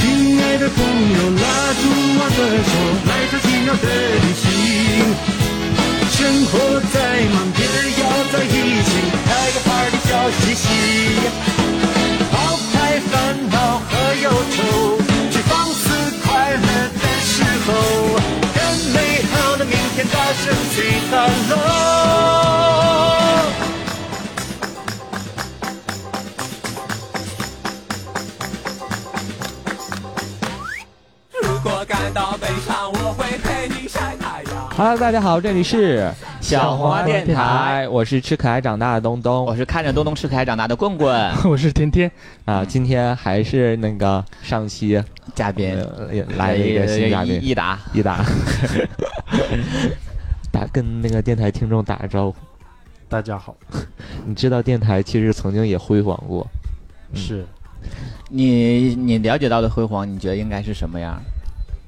的朋友拉住我的手，来场奇妙的旅行。生活再忙也要在一起，开个 party 笑嘻嘻，抛开烦恼和忧愁，去放肆快乐的时候，跟美好的明天大声 say hello。如果感到悲伤，我会陪你晒太阳。 Hello，大家好，这里是小黄花花电台，我是吃可爱长大的东东 我是看着东东吃可爱长大的棍 棍我是甜甜，啊。今天还是那个上期嘉宾，呃呃来了一个新嘉宾益达，一达， 打跟那个电台听众打个招呼。大家好，你知道电台其实曾经也辉煌过，嗯是你你了解到的辉煌，你觉得应该是什么样？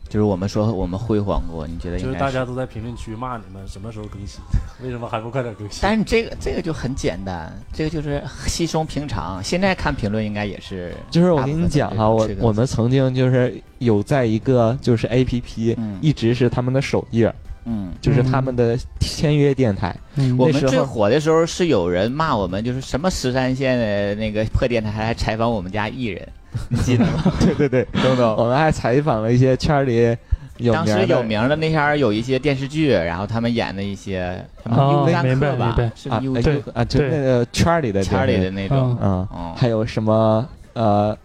就是我们说我们辉煌过，你觉得就应是该大是？家都在评论区骂你们什么时候更新， 为什么还不快点更新？但是这个这个就很简单，这个就是稀松平常。现在看评论应该也是，就是我跟你讲哈，我这个我们曾经就是有在一个就是 A P P，嗯一直是他们的首页，嗯，就是他们的签约电台。 我们嗯时候最火的时候是有人骂我们，就是什么十三线的那个破电台还采访我们家艺人，你记得吗？对对对，等等，我们还采访了一些圈儿里有当名时儿有的名儿的那些儿有一些电视剧，然后他们演的一些什么哦优赞明白课吧明白，是啊，优哎对啊，就对那个圈儿里的圈儿里电的那影，种，嗯，嗯，还有什么呃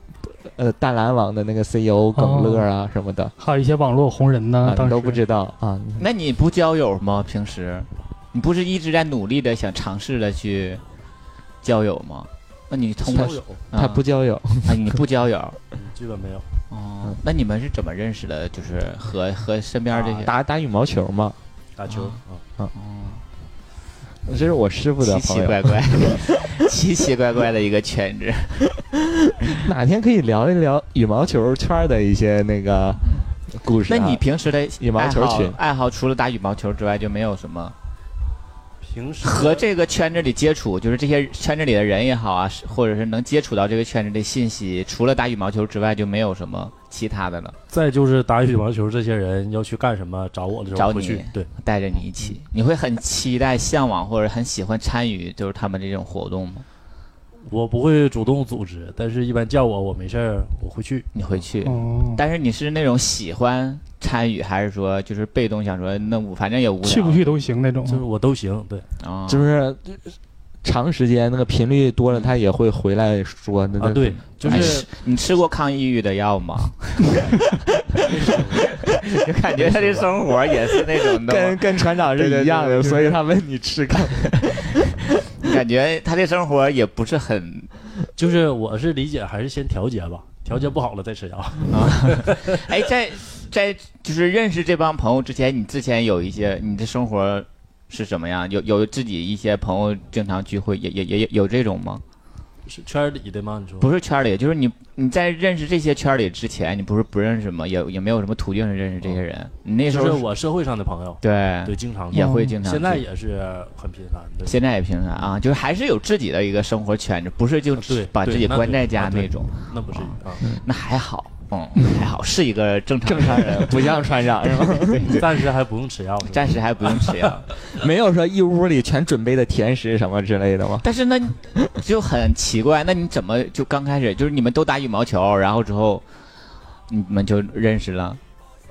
呃大蓝网的那个 CEO 耿乐啊什么的，还有一些网络红人啊呢，哦当你时都不知道啊，那你不交友吗？平时你不是一直在努力的想尝试的去交友吗？那你通过都有，他不交友，啊啊你不交友嗯基本没有。嗯哦？那你们是怎么认识的？就是和和身边这些啊打打羽毛球嘛，打球啊啊，这是我师傅的奇朋奇友，怪怪、 奇奇怪怪的一个圈子，哪天可以聊一聊羽毛球圈儿的一些那个故事那啊？你平时的羽毛球爱好群爱好，除了打羽毛球之外，就没有什么啊平时和这个圈子里接触，就是这些圈子里的人也好啊，是或者是能接触到这个圈子的信息，除了打羽毛球之外，就没有什么其他的了。再就是打羽毛球，这些人要去干什么，找我的时找你候不去，对，带着你一起，你会很期待、向往或者很喜欢参与，就是他们这种活动吗？我不会主动组织，但是一般叫我，我没事儿我会去。你会去？哦，但是你是那种喜欢参与，还是说就是被动想说那我反正也无聊，去不去都行那种。就是嗯我都行，对，啊？就是长时间那个频率多嗯了，他也会回来说，那啊，那对，就哎是你吃过抗抑郁的药吗？ 就感觉他这生活也是那种跟的，跟船长是一样的，所以他问你吃干 感觉他这生活也不是很就是我是理解，还是先调节吧，调节不好了再吃药。 哎，在在就是认识这帮朋友之前，你之前有一些你的生活是什么样？有有自己一些朋友经常聚会，也也也也有这种吗？是圈里的吗？你说不是圈里，就是你你在认识这些圈里之前，你不是不认识吗？也也没有什么途径认识这些人。你那时哦就候是是我社会上的朋友，对对，经常也会经常现在聚也是很频繁的。现在也平常啊，就是还是有自己的一个生活圈子，不是就啊对把自对己那关对在啊家对那种，那不至于啊，那还好，嗯，还好是一个正常正常人，不像船长是吧？ 暂时还不用吃药。是吧暂时还不用吃药。 没有说一屋里全准备的甜食什么之类的吗？ 但是那你就很奇怪，那你怎么就刚开始就是你们都打羽毛球，然后之后你们就认识了？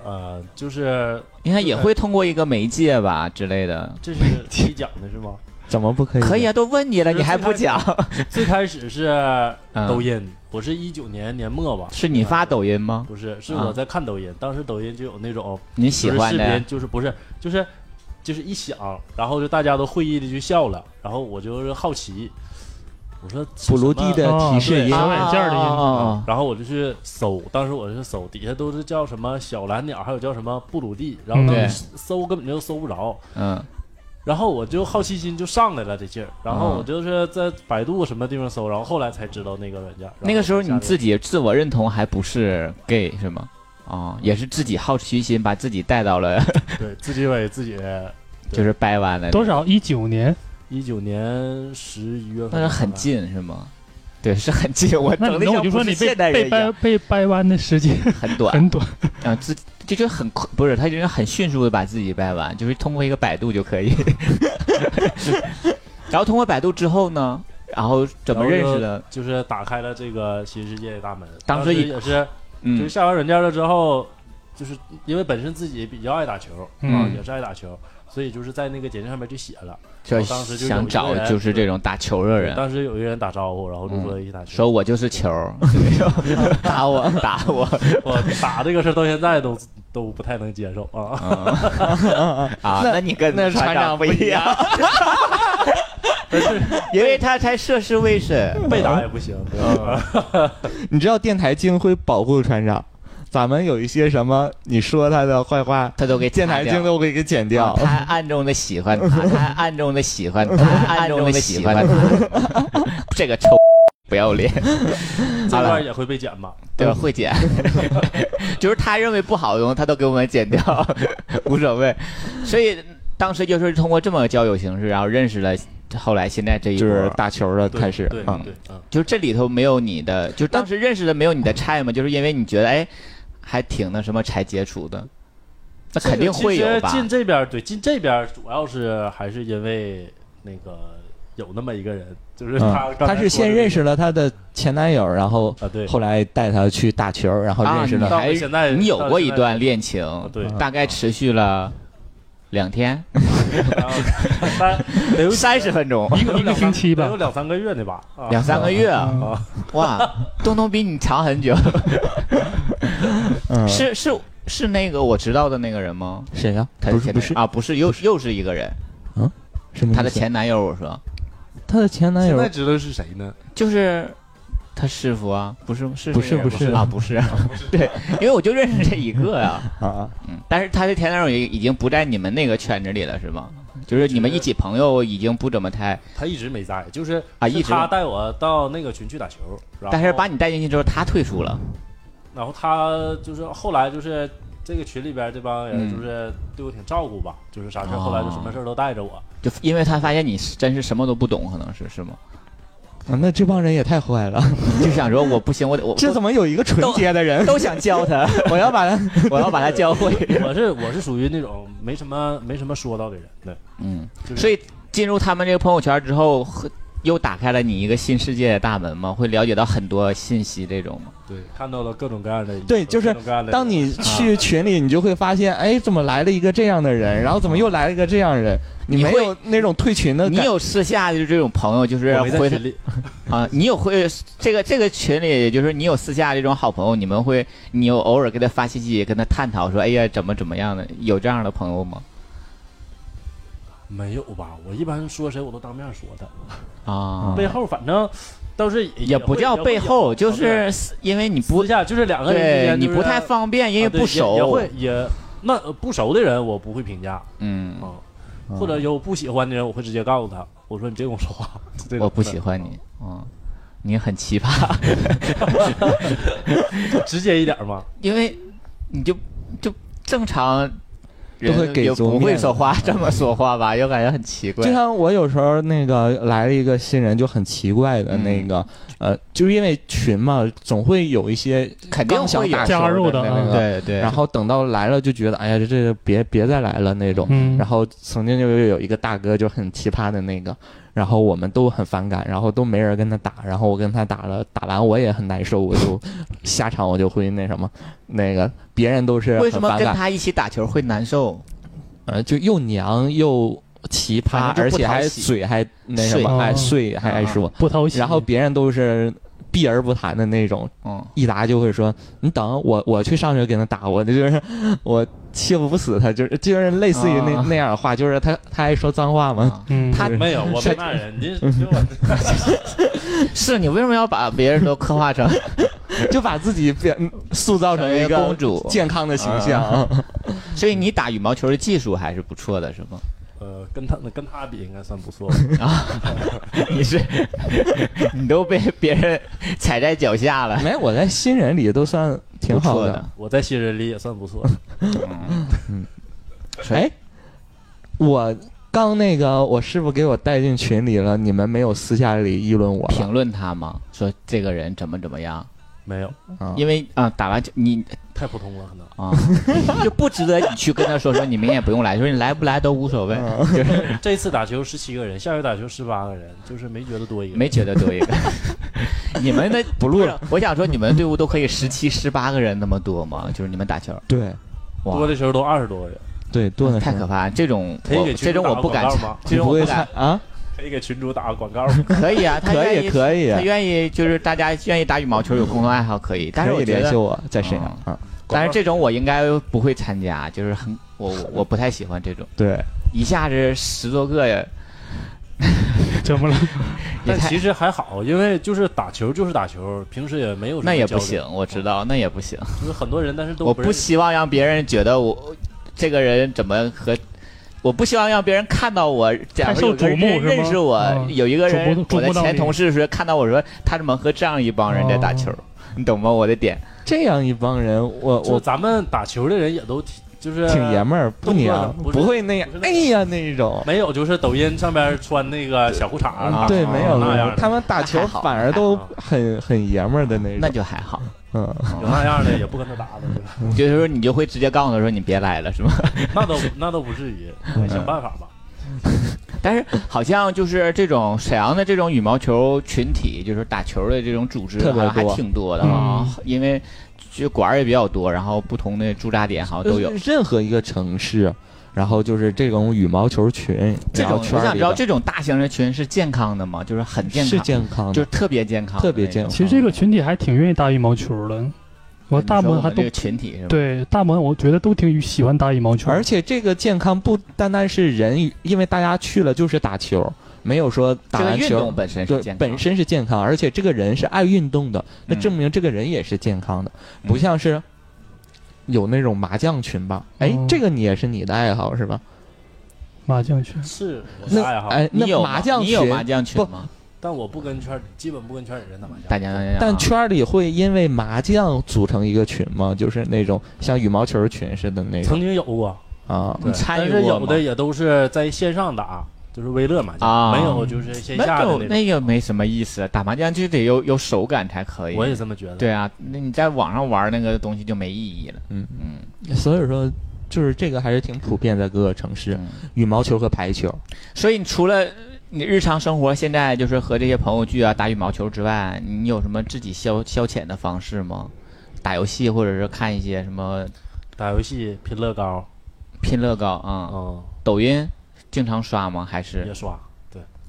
呃， 就是应该也会通过一个媒介吧之类的。这是你讲的是吗？怎么不可以？可以啊，都问你了，就你是还不讲？最开始是嗯抖音，我是一九年年末吧，是你发抖音吗？不是，是啊我在看抖音，当时抖音就有那种你就喜是欢视的频，就是不是就是就是一响，然后就大家都会意的就笑了，然后我就是好奇，我说是普鲁什么蒂的提示音啊，小软件儿的音哦然后我就去搜，当时我是搜底下都是叫什么小蓝鸟，还有叫什么布鲁蒂，然后当时搜根本就搜不着，嗯然后我就好奇心就上来了这劲儿，然后嗯我就是在百度什么地方搜，然后后来才知道那个软件。然后那个时候你自己己自我认同还不是 gay 是吗？哦，也是自己好奇心把自己带到了，对自己为自己，就是掰弯了。多？少？一九年，一九年十一月那份，是很，近是吗？对，是很近。我那整的那我像就不说是你被现代人被一样掰，被掰弯的时间很短。很短，啊，自这就很快不是，他就是很迅速的把自己掰完，就是通过一个百度就可以。然后通过百度之后呢，然后怎么认识的？就是打开了这个新世界的大门。当当时时一也是，就嗯是，下完软件了之后，就是因为本身自己比较爱打球，啊嗯，也是爱打球，所以就是在那个简介上面就写了，就我当时就有想一个找人就是这种打球的人，当时有一个人打招呼，然嗯后就说一起打球。说我就是球， 打我打我，我打这个事儿到现在都都不太能接受啊。嗯啊，那你跟那船船长长不不一样， 因为他才涉世未深。 被打也不行，对嗯吧？你知道电台经会保护船长，咱们有一些什么你说他的坏话，他都给电擦台掉啊经都会给剪掉。他暗中的喜欢他，他暗中的喜欢他， 他暗中的喜欢他。这个臭 不要脸，这好了段也会被剪吧？对吧？会剪， 就是他认为不好的东西，他都给我们剪掉， 无所谓。所以当时就是通过这么个交友形式，然后认识了后来现在这一就波。啊是打球的对开始对啊，对，嗯，就是这里头没有你的，就是当时认识的没有你的菜嘛，就是因为你觉得哎，还挺那什么才接触的，那肯定会有吧其实？进这边儿对，进这边儿主要是还是因为那个有那么一个人，就是他嗯，刚他才说的那个、是先认识了他的前男友，然后啊，对，后来带他去打球，然后认识啊了。到还现在你有过一到现段嗯恋情，对大概持续了两天，在，然后三得有三十分钟，一个一个星期得有吧。两三个月呢吧，啊两三个月，啊，哇，东东比你长很久，嗯，是是是那个我知道的那个人吗？谁呀？他不的是前不是啊，不是又又是一个人，什么意思？他的前男友，我说他的前男现友哦在知道是谁呢？就是他师傅啊，不是是不这个是不人是啊，不是，对，因为我就认识这一个呀、啊，嗯，但是他的前男友也已经不在你们那个圈子里了，是吗？就是你们一起朋友已经不怎么太，他一直没在，就是啊是一直他带我到那个群去打球，然后但是把你带进去之后，他退出了，然后他就是后来就是这个群里边这帮嗯人就是对我挺照顾吧，就是啥事哦儿后来就什么事儿都带着我，就因为他发现你是真是什么都不懂，可能是是吗？啊那这帮人也太坏了，就想说我不行，我得我这怎么有一个纯洁的人？都想 教他，我要把他，我要把他教 会。我是我是属于那种没什么没什么说道的人，对，嗯，就是所以进入他们这个朋友圈之后，和又打开了你一个新世界的大门吗？会了解到很多信息这种吗？对，看到了各种各样的，对就是各种各样的当你去群里，你就会发现，哎，怎么来了一个这样的人？然后怎么又来了一个这样的人？你你没会有那种退群的你呃感，有私下就是这种朋友，就是我没在回群里，啊，你有会这个这个群里，就是你有私下这种好朋友，你们会，你有偶尔给他发信息，跟他探讨说，哎呀，怎么怎么样的，有这样的朋友吗？没有吧？我一般说谁我都当面说的，啊，背后反正倒是也不叫会背后，也会就有哦啊是私因为你不私下就是两个人之对，间你就是不太方便，因为啊对不也也熟会，也那呃不熟的人我不会评价嗯，啊，或者有不喜欢的人我会直接告诉他，我说你别跟我说话，这种我不喜欢你，嗯，你很奇葩， 直接一点嘛，因为你就就正常。都会给足不会面子说话这么说话吧，又感觉很奇怪就。像我有时候那个来了一个新人就很奇怪的那嗯个，呃，就是因为群嘛，总会有一些肯定刚想会有打加球入的的那啊个，对对，然后等到来了就觉得，哎呀，这这别别再来了那种。嗯然后曾经就有一个大哥就很奇葩的那个，然后我们都很反感，然后都没人跟他打，然后我跟他打了，打完我也很难受，我就 下场我就会那什么，那个别人都是为很什么反跟感，他一起打球会难受？呃，就又娘又奇葩反，正而就不且讨还喜啊嘴还那什碎么，爱哦碎还爱说，不讨喜，然后别人都是避而不谈的那种，嗯，一达就会说：“你等我，我去上去给他打，我这就是 我欺负不死他，就是就是类似于那、啊那样的话，就是他他爱说脏话嘛。啊 嗯，他没有我没骂人， 您听我是你为什么要把别人都刻画 成就把自己变嗯塑造成一成为个公主健康的形象。啊所以你打羽毛球的技术还是不错的，是吗？ 呃跟他跟他比应该算不错， 你是 你都被别人踩在脚下了，没，我在新人里都算挺不好错的。的。我在 新人里也算不错，哎，我刚那个我师傅给我带进群里了，你们没有私下里议论我吧评论他吗？说这个人怎么怎么样？没有，啊？因为啊、打完就你太普通了，可能啊， 就不值得你去跟他说说，你明天也不用来，说你来不来都无所谓，就是这次打球十七个人，下回打球十八个人，就是没觉得多一个人。没觉得多 一个。你们的不录了，我想说你们队伍都可以十七、十八个人那么多吗？就是你们打球，对多哇，的时候都二十多个人，对，多的太是可怕！这种可以我给这群种主打我个不广敢告，吗？这你种不我会不看敢。啊？可以给群主打个广告吗？ 可以啊，他可愿意以可以他，愿意就是大家愿意打羽毛球有共同爱好可以，但是可我以觉联系得，我在沈阳啊。但是这种我应该不会参加，就是很我我我不太喜欢这种，对，一下子十多个呀，怎么了？也但太其实还好，因为就是打球就是打球，平时也没有什么那也交不流行，，我知道那也不行，就是很多人，但是都我认不识希望让别人觉得我这个人怎么和。我不希望让别人看到我，假如受有个人瞩目是吗认识我，嗯有一个瞩人目，我的瞩目到前你哦同事说看到我说他怎么和这样一帮人在打球，你懂吗？我的点，这样一帮人，我就是我咱们打球的人也都挺就是挺爷们儿，不娘，动作的不是不会那样不是，那哎呀那种。没有，就是抖音上边穿那个小裤衩儿啊嗯打对，球没有那没样有的，他们打球还好反而都还好很很爷们儿的那那啊种。就还好。嗯，有那样的也不跟他打的，就是说你就会直接告诉他说你别来了，是吗？ 那都那都不至于，嗯想办法吧。但是好像就是这种沈阳的这种羽毛球群体，就是打球的这种组织特别好像还多挺多嗯的啊，因为就馆儿也比较多，然后不同的驻扎点好像都有。呃任何一个城市，然后就是这种羽毛球群，这然后种圈我儿想里知道，的这种大型的群是健康的吗？就是很健是康，健康就是的，特别健康的那种，特别健康其实这个群体还挺愿意打羽毛球的，我你大部说分我还们这都个群体是吧？对大部分我觉得都挺喜欢打羽毛球，而且这个健康不单单是人与，因为大家去了就是打球，没有说打这个完运球动。本身是对健，康，本身是健康，而且这个人是爱运动的，那嗯证明这个人也是健康的，不嗯像是有那种麻将群吧？哎，哦这个你也是你的爱好是吧？麻将群是我那的爱好，哎，你那有吗麻将你群有麻将群不吗？但我不跟圈儿，基本不跟圈儿里人打麻将。大家大家啊但圈儿里会因为麻将组成一个群吗？就是那种像羽毛球群似的那种曾经有过，啊。你嗯对参但与是过有吗的？也都是在线上打，就是微乐麻啊将，没有就是线下那的就种。那个没什么意思，打麻将就得有有手感才可以。我也这么觉得。对啊，那你在网上玩那个东西就没意义了。嗯嗯，所以说，就是这个还是挺普遍，在各个城市，嗯羽毛球和排球。所以你除了你日常生活现在就是和这些朋友聚啊、打羽毛球之外，你有什么自己消消遣的方式吗？打游戏或者是看一些什么打游戏拼乐高，拼乐高啊、哦嗯，抖音经常刷吗？还是也刷。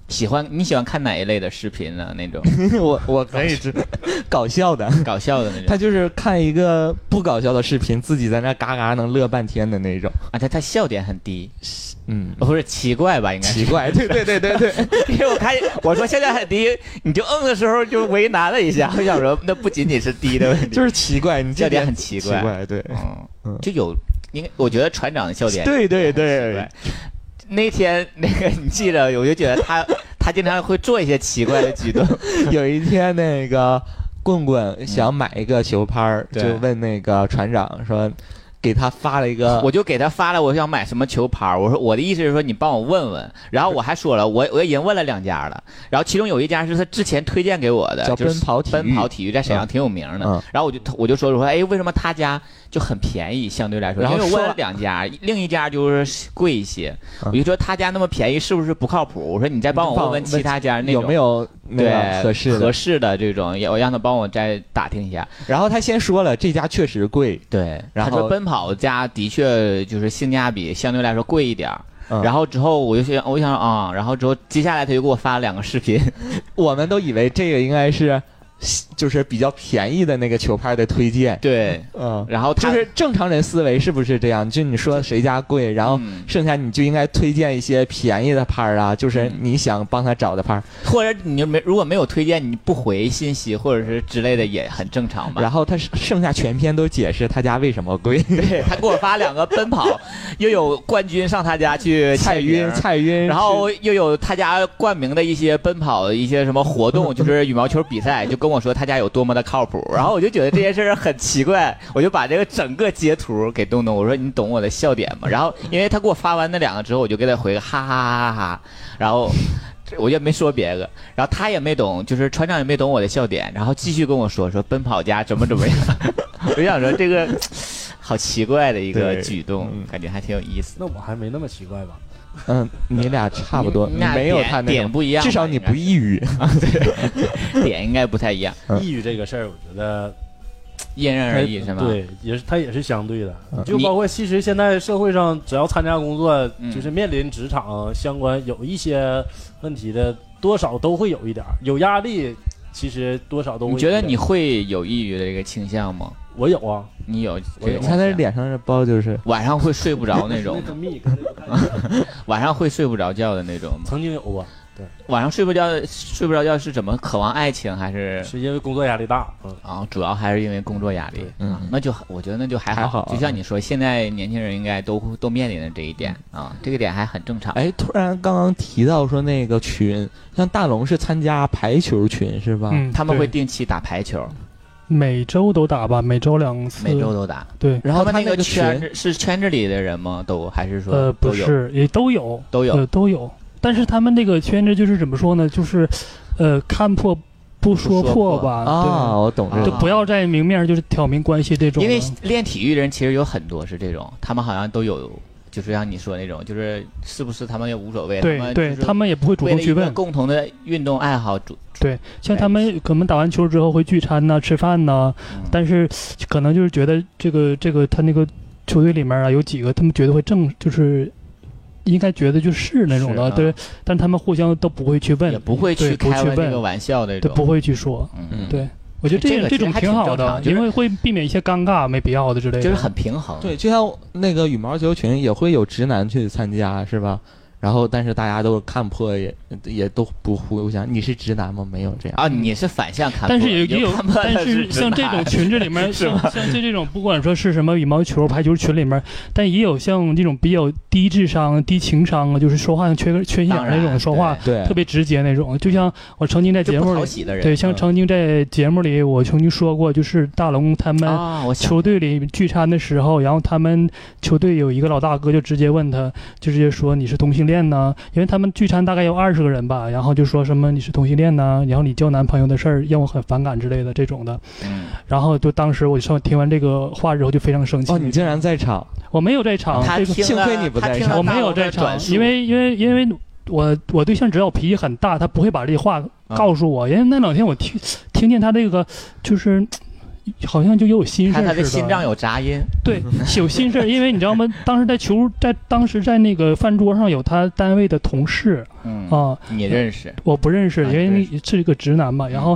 喜欢你喜欢看哪一类的视频呢？那 种 我我可以知 搞笑 的，搞笑的那他种就是看一个不搞笑的视频，自己在那嘎嘎能乐半天的那种。啊？他他笑点很低，哦嗯，不是奇怪吧？应该 是 奇怪，对对对对对，因为我看我说现在很低，你就嗯的时候就为难了一下。我想说，那不仅仅是低的问题， 就是奇怪，你笑这点点很奇奇怪。对，嗯嗯，就有，应该我觉得船长的笑点对对很奇对怪，。那天那个你记着，我就觉得他他经常会做一些奇怪的举动。 有一天那个棍棍想买一个球拍儿，嗯对就问那个船长说，给他发了一个，我就给他发了，我想买什么球拍儿，我说我的意思是说你帮我问问。然后我还说了，我我已经问了两家了，然后其中有一家是他之前推荐给我的，叫就是奔跑体育奔跑体育在沈阳挺有名的。嗯然后我就我就说我说哎，为什么他家就很便宜，相对来说，然后因为我说问了了两家，另一家就是贵一些，嗯我就说他家那么便宜是不是不靠谱？我说你再帮我问问其他家那种有没。有那对个合适合的？适的这种，也我让他帮我再打听一下。然后他先说了，这家确实贵，对，然他说后奔跑家的确就是性价比相对来说贵一点儿。嗯然后之后我就想，我就想啊、然后之后接下来他就给我发了两个视频， 我们都以为这个应该是就是比较便宜的那个球拍的推荐，对，嗯，然后就他是正常人思维是不是这样？就你说谁家贵，然后嗯剩下你就应该推荐一些便宜的拍儿啊，就是你想帮他找的拍儿。或者你就没如果没有推荐，你不回信息或者是之类的也很正常嘛然。后他剩下全篇都解释他家为什么 贵，对他给我发两个奔跑，又有冠军上他家去 蔡签名晕蔡晕，然后又有他家冠名的一些奔跑的一些什么活动，就是羽毛球比赛，就跟跟我说他家有多么的靠谱，然后我就觉得这件事儿很奇怪，我就把这个整个截图给东东，我说你懂我的笑点吗？然后因为他给我发完那两个之后，我就给他回个哈哈哈哈哈，然后我也没说别的，然后他也没懂，就是船长也没懂我的笑点，然后继续跟我说说奔跑家怎么怎么样， 我就想说这个好奇怪的一个对举动嗯，感觉还挺有意思。那我还没那么奇怪吧？嗯，你俩差不多，你你你俩没有他嗯点那点种不一样吧，至少你不抑郁。应该 点应该不太一样，嗯抑郁这个事儿，我觉得因人而异它是吗？，对，也是它也是相对的，嗯就包括其实现在社会上，只要参加工作，嗯就是面临职场相关有一些问题的，多少都会有一点儿有压力。其实多少都会有你一觉点儿。得你会有抑郁的这个倾向吗？我有啊，你有我这有种你看他倾向脸上这包就是晚上会睡不着那种内， 分泌晚上会睡不着觉的那种吗？曾经有过，晚上睡不着睡不着觉是怎么渴望爱情还是？是因为工作压力大，嗯，啊、主要还是因为工作压力对，嗯啊那就我觉得那就还好，还好啊就像你说，现在年轻人应该都都面临着这一点啊，这个点还很正常。哎，突然刚刚提到说那个群，像大龙是参加排球群是吧？嗯，啊他们会对定期打排球，每周都打吧，每周两次。每周都打。对，然后他们那那个圈群，子是圈子里的人吗？都还是说呃，不都有是，也都有，都有呃，都有。但是他们这个圈子就是怎么说呢？就是，呃，看破不说说破吧，啊，我懂对，这就个。不要在明面儿就是挑明关系这种因的。为练体育的人其实有很多是这种，他们好像都有，就是像你说的那种，就是是不是他们也无所谓，对对，他他们也不会主为动了去一个问。共同的运动爱好主，对，像他们可能打完球之后会聚餐呐、吃饭呐、嗯但是可能就是觉得这个这个他那个球队里面啊，有几个他们觉得会正就是。应该觉得就是那种是的，啊对，但他们互相都不会去问，嗯也不会去对不开去完这问个，玩笑那对，种，不会去说，嗯，对对，我觉得这这个这其实种还挺挺好正的常，就是因为会避免一些尴尬、没必要的之类的。就是很平衡，对，就像那个羽毛球群也会有直男去参加是吧？然后但是大家都看破也也都不互相，你是直男吗？没有这样。啊，你是反向看破，但是也也有看，破但的是像这种直群子 里面，像像这这种不管说是什么羽毛球、排球群里面，但也有像这种比较低智商、低情商啊，就是说话像缺根缺心男眼儿那种说话，对特，别直接那种。就像我曾经在当然节就不目讨里，喜的人，嗯对，像曾经在节目里我曾经说过，就是大龙他们啊，我想球队里聚餐的时候，然后他们球队有一个老大哥就直接问他，就直接说你是同性恋呢？因为他们聚餐大概有二十个人吧，然后就说什么你是同性恋呢？然后你交男朋友的事儿让我很反感之类的这种的。嗯然后就当时我上听完这个话之后就非常生 气。哦，你竟然在场，我没有在场，他啊这个听幸了亏你不他在听了场我没大有龙的在场转，述因为因为因为我我对象只要脾气很大，他不会把这话告诉我，因为那两天我听听见他这个就是。好像就有心事看儿他的似心的脏有杂音， 对，有心事儿，因为你知道吗？当时在球，在当时在那个饭桌上有他单位的同事嗯，啊，你认识，我不认识，啊因为你你是个直男嘛。然后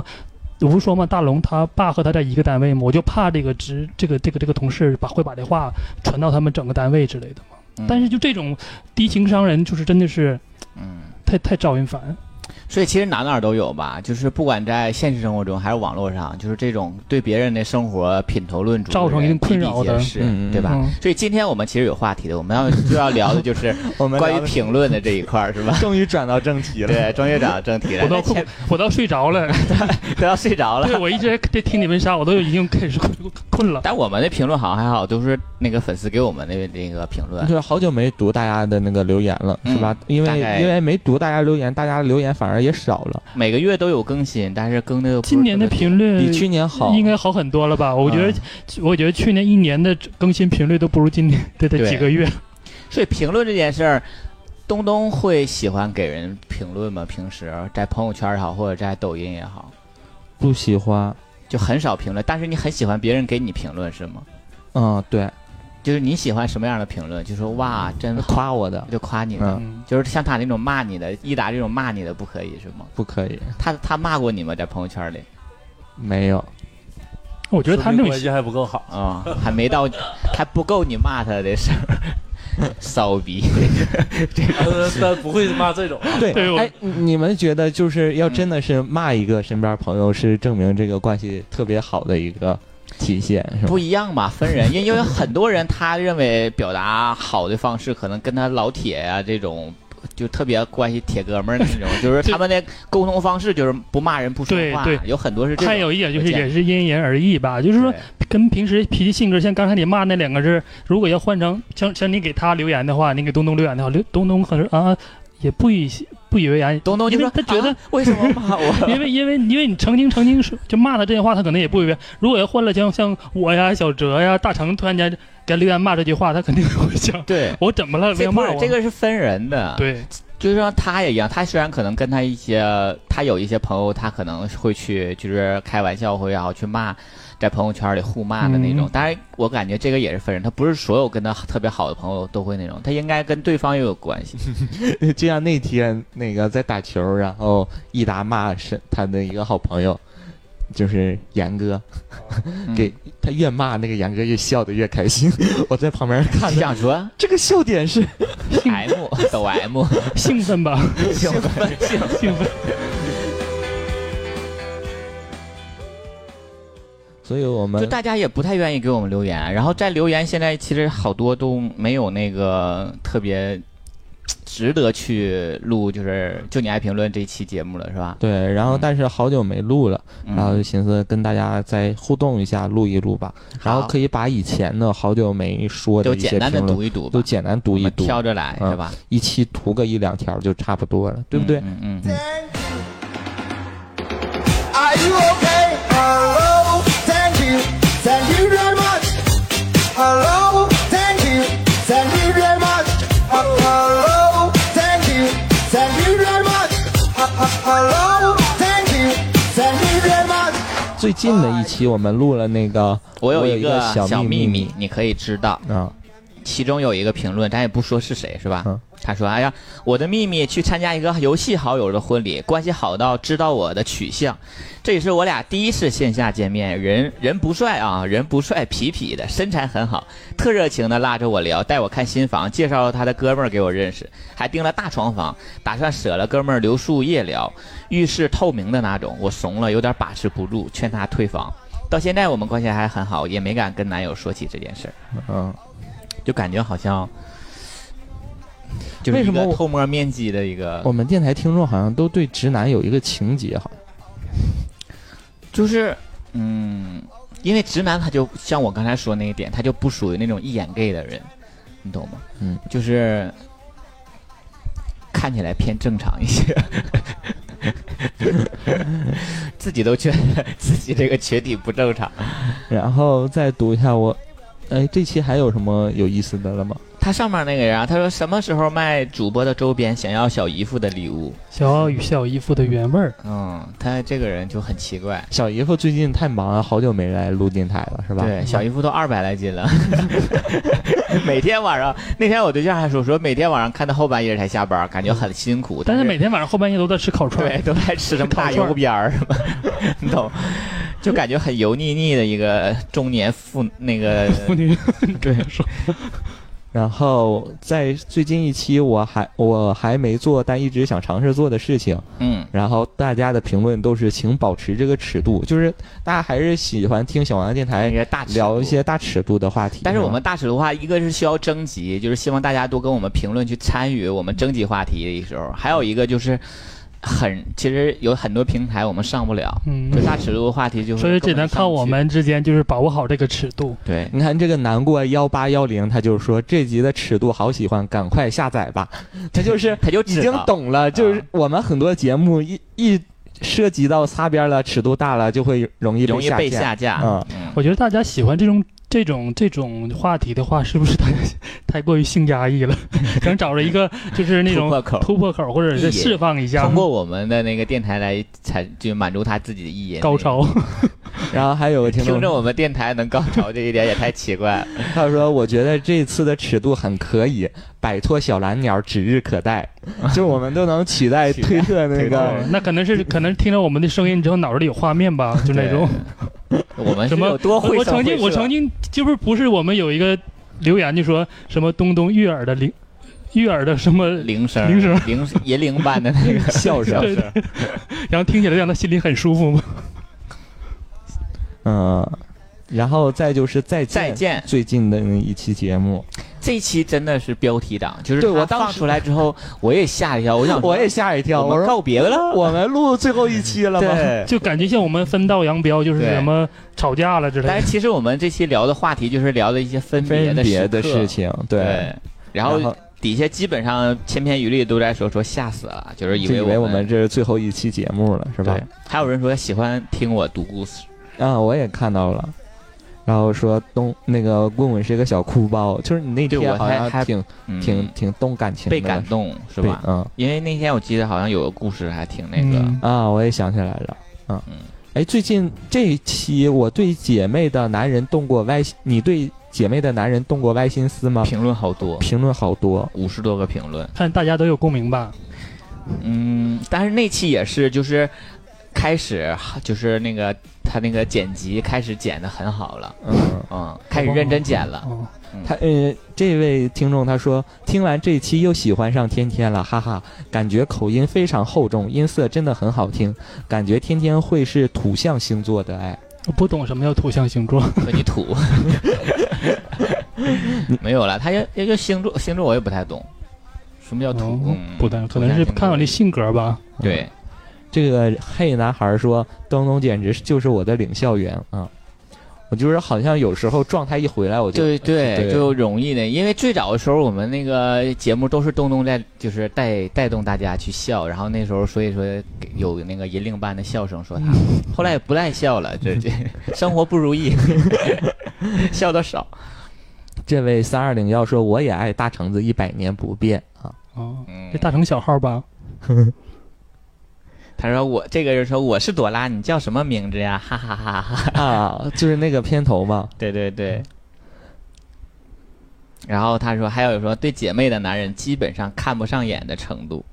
我不是说嘛，大龙他爸和他在一个单位嘛，我就怕这个直这个这个这个同事把会把这话传到他们整个单位之类的嘛。嗯但是就这种低情商人，就是真的是嗯。太太招人烦。所以其实哪哪儿都有吧，就是不管在现实生活中还是网络上，就是这种对别人的生活品头论足的人，造成一定困扰的比比皆是，嗯嗯对吧？嗯所以今天我们其实有话题的，我们要就要聊的就是 我们关于聊的评论的这一块儿，是吧？ 终于转到正题了。对，庄院长正题了，我都前我都睡着了， 都要睡着对了。我一直在听你们仨，我都已经开始困困了。但我们的评论好像还好，都是那个粉丝给我们的那个评 论，对，好久没读大家的那个留言了，是吧？因大为概因为没嗯读大家留言，大家留言反而也少了，每个月都有更新，但是更的又不是今年的特别评论比去年好。应该好很多了吧？我觉得，嗯我觉得去年一年的更新频率都不如今年的 对的几个月。所以评论这件事儿，东东会喜欢给人评论吗？平时在朋友圈也好，或者在抖音也好。不喜欢。就很少评论，但是你很喜欢别人给你评论是吗？嗯，对，就是你喜欢什么样的评论？就说哇真好，夸我 的就夸你的。嗯嗯，就是像他那种骂你的，一达这种骂你的不可以是吗？不可以，他他骂过你吗？在朋友圈里没 有。我觉得他说明这种关系还不够 好，啊、还没到，还不够你骂他的事儿， 骚逼。呃，但不会骂这种，对，对我哎，你你们觉得就是要真的是骂一个身边朋友，是证明这个关系特别好的一个体现，嗯是吗不？一样嘛，分人，因因为很多人他认为表达好的方式，可能跟他老铁啊这种就特别关系铁哥们儿的 那种，就是他们的沟通方式就是不骂人不说对话对，有很多是这还种。有一点就是我见也是因人而异吧，就是说对跟平时脾气性格，像刚才你骂那两个字儿，如果要换成像像你给他留言的话，你给东东留言的话，刘东东可能啊也不以不以 为然，东东就因说为他觉得啊为什么骂 我？因为因为因为你曾经曾经说就骂他这些话，他可能也不以为。如果要换了像像我呀、小哲呀、大成突然间给留言骂这句话，他肯定会想对，我怎么了？没这有不骂是我。这个是分人的，对就是像他也一样，他虽然可能跟他一些，他有一些朋友，他可能会去就是开玩笑会也好去骂，在朋友圈里互骂的那种。嗯当然，我感觉这个也是分人，他不是所有跟他特别好的朋友都会那种，他应该跟对方也有关 系。就像那天那个在打球，然后益达骂是他的一个好朋友，就是严哥，嗯给他越骂那个严哥越笑得越开心。 我在旁边看着，想 说这个笑点是 M 抖 M，兴奋吧，兴奋兴奋。兴奋。 所以 我就们大家也不太愿意给我们留言，然后在留言现在其实好多都没有那个特别值得去录，就是就你爱评论这一期节目了，是吧？对，然后嗯但是好久没录了，嗯、然后就寻思跟大家再互动一下，录一录吧。然后可以把以前的好久没说就的一些简单的评论读一读吧，都简单读我一们读，挑着来、嗯是吧？一期读个一两条就差不多了，对不对？嗯嗯嗯 Are you okay? Hello, thank you, thank you very much. Hello, thank you, thank you very much. Hello, thank you, thank you very much. Hello, thank you, thank you very much. 最近的一期我们录了那个，我有一个小小秘密，你可以知道。啊，其中有一个评论，咱也不说是谁，是吧？嗯他说：“哎呀，我的秘密去参加一个游戏好友的婚礼，关系好到知道我的取向，这也是我俩第一次线下见面。人人不帅啊，人不帅，痞痞的，身材很好，特热情的拉着我聊，带我看新房，介绍他的哥们儿给我认识，还订了大床房，打算舍了哥们儿留宿夜聊，浴室透明的那种。我怂了，有点把持不住，劝他退房。到现在我们关系还很好，也没敢跟男友说起这件事儿。”嗯，就感觉好像就是为一什么个我哦偷摸面积的一个我，们电台听众好像都对直男有一个情节，好像就是嗯，因为直男他就像我刚才说那一点，他就不属于那种一眼 gay 的人，你懂吗？嗯，就是看起来偏正常一 些。自己都觉得自己这个群体不正常。然后再读一下我，哎，这期还有什么有意思的了吗？他上面那个人啊，他说什么时候卖主播的周边，想要小姨夫的礼物。小奥与小姨夫的原味儿，嗯，他这个人就很奇怪。小姨夫最近太忙了，好久没来录电台了，是吧？对，小姨夫都二百来斤了， 每天晚上那天我对象还说说每天晚上看到后半夜才下班，感觉很辛苦，但是是每天晚上后半夜都在吃烤串对儿，都在吃什么大烤串油儿边儿什么， 你懂？就感觉很油腻腻的一个中年妇那 个妇女对然后在最近一期，我还我还没做，但一直想尝试做的事情。嗯然后大家的评论都是，请保持这个尺度，就是大家还是喜欢听小王的电那台个大尺度聊一嗯些大尺度的话题。但是我们吧大使的话，一个是需要征集，就是希望大家多跟我们评论去参与我们征集话题的时候，还有一个就是很其实有很多平台我们上不了，嗯就，大尺度的话题就会所以只根本能上靠不我去们之间就是把握好这个尺度。对。你看这个南过幺八幺零，他就是说这集的尺度好喜欢，赶快下载吧。 他就是他就已知经道懂了，啊就是我们很多节目一一涉及到擦边了，尺度大了就会容易容易被架。下架。嗯嗯，我觉得大家喜欢这种这种这种话题的话，是不是大家太过于性压抑了？ 想找着一个就是嗯那突种破口突破口，或者是意淫释放一下通过我们的那个电台来才就满足他自己的意淫高。潮。然后还有个听听着众我们电台能高潮这一点也太奇怪 了。他说，我觉得这次的尺度很可以，摆脱小蓝鸟指日 可待，就是我们都能取代取代推特那个哦。那可能是可能听着我们的声音之后，脑子里有画面吧，就那种。我们是什么有多会我曾经我曾经就是不是我们有一个留言就说什么东东悦耳的铃，悦耳的什么，铃声铃声铃银铃般的那个 笑声声对， 然后听起来让他心里很舒服嘛。 嗯，然后再就是再见再见最近的那一期节目，这一期真的是标题党，就是对它我当放时出来之 后，我也吓一跳，我想说我也吓一跳，我我们说告别了，我们录最后一期了吗？对。就感觉像我们分道扬镳，就是对什么吵架了之类但的。是其实我们这期聊的话题就是聊的一些分别分的别时的刻事，情，对，对，然后然后底下基本上千篇一律都在说说吓死了，就是以就以为为我们们这是最后一期节目了，是吧对？，还有人说喜欢听我读故事，啊，我也看到了。然后说东那个棍棍是一个小哭包，就是你那对天我好还像还挺嗯挺挺动感情的，被感动是被吧？嗯因为那天我记得好像有个故事还挺那个，嗯啊，我也想起来了，嗯嗯，哎，最近这一期我对姐妹的男人动过歪心，你对姐妹的男人动过歪心思吗？评论好多，评论好多，五十多个评论。看大家都有共鸣吧？嗯，但是那期也是，就是开始就是那个他那个剪辑开始剪的很好了，嗯。嗯，开始认真剪了。哦，他呃，这位听众他说，听完这期又喜欢上天天了，哈哈，感觉口音非常厚重，音色真的很好听，感觉天天会是土象星座的哎。我不懂什么叫土象星座，和你土。没有了，他也也就星座，星座我也不太懂，什么叫土？哦嗯不懂，可能是看我这。性格吧。对，这个黑男孩说，东东简直就是我的领笑员啊！我就是好像有时候状态一回来，我就对对，对就容易呢，因为最早的时候我们那个节目都是东东在，就是带带动大家去笑，然后那时候所以说给有那个引领般的笑声说他，嗯后来也不爱笑了，这这生活不如意， 笑的少。这位三二零幺说，我也爱大橙子一百年不变啊！哦，嗯这大成小号吧？他说我这个人说我是朵拉，你叫什么名字呀？哈哈哈哈。啊，就是那个片头嘛，对对对。然后他说，还有说对姐妹的男人基本上看不上眼的程度，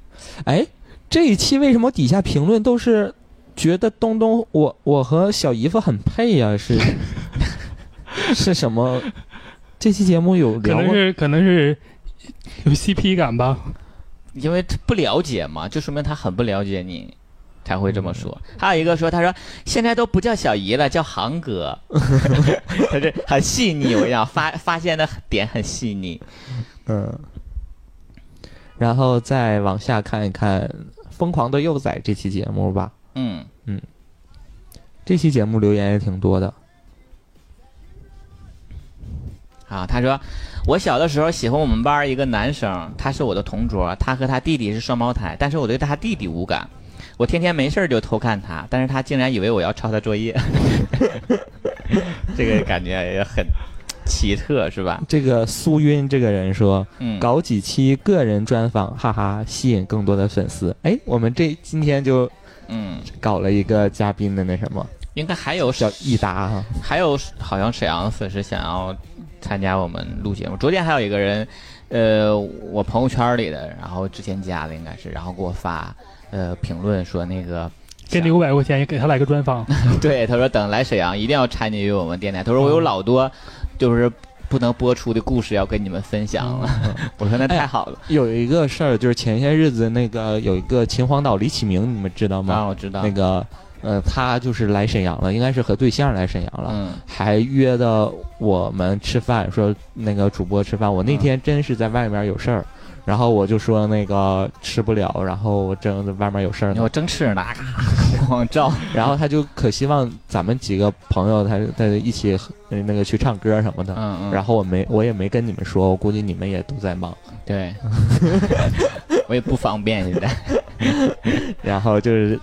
哎，这一期为什么底下评论都是觉得东东我我和小姨夫很配呀、是 是什么？这期节目有可聊能过是可能是有 CP 感吧。因为他不了解嘛，就说明他很不了解你，才会这么说。还有一个说，他说现在都不叫小姨了，叫航哥， 他这很细腻，我想发发现的点很细腻。嗯，然后再往下看一看《疯狂的幼崽》这期节目吧。嗯，这期节目留言也挺多的，啊，他说我小的时候喜欢我们班儿一个男生，他是我的同桌，他和他弟弟是双胞胎，但是我对他弟弟无感。我天天没事儿就偷看他，但是他竟然以为我要抄他作业， 这个感觉也很奇特，是吧？这个苏晕这个人说，嗯，搞几期个人专访，哈哈，吸引更多的粉丝。哎，我们这今天就嗯，搞了一个嘉宾的那什么，应该还有叫益达啊哈、还有好像沈阳的粉丝想要参加我们录节目。昨天还有一个人，呃，我朋友圈里的，然后之前加的应该是，然后给我发呃评论说那个给你想五百块钱，也给他来个 专访。对，他说等来沈阳一定要参与我们电台。他说我有老多就是不能播出的故事要跟你们分享了。 我说那太好了有一个事儿，就是前些日子那个有一个秦皇岛李启明，你们知道啊，吗？我知道。那个，呃，他就是来沈阳了，应该是和对象来沈阳了，嗯，还约的我们吃饭，说那个主播吃饭。我那天真是在外面有事儿，然后我就说那个吃不了，然后我正在外面有事儿你呢看我，正吃着呢，啊光照。然后他就可希望咱们几个朋友他他一起呃那个去唱歌什么的。嗯嗯。然后我没，我也没跟你们说，我估计你们也都在忙。对， 我也不方便现在。然后就是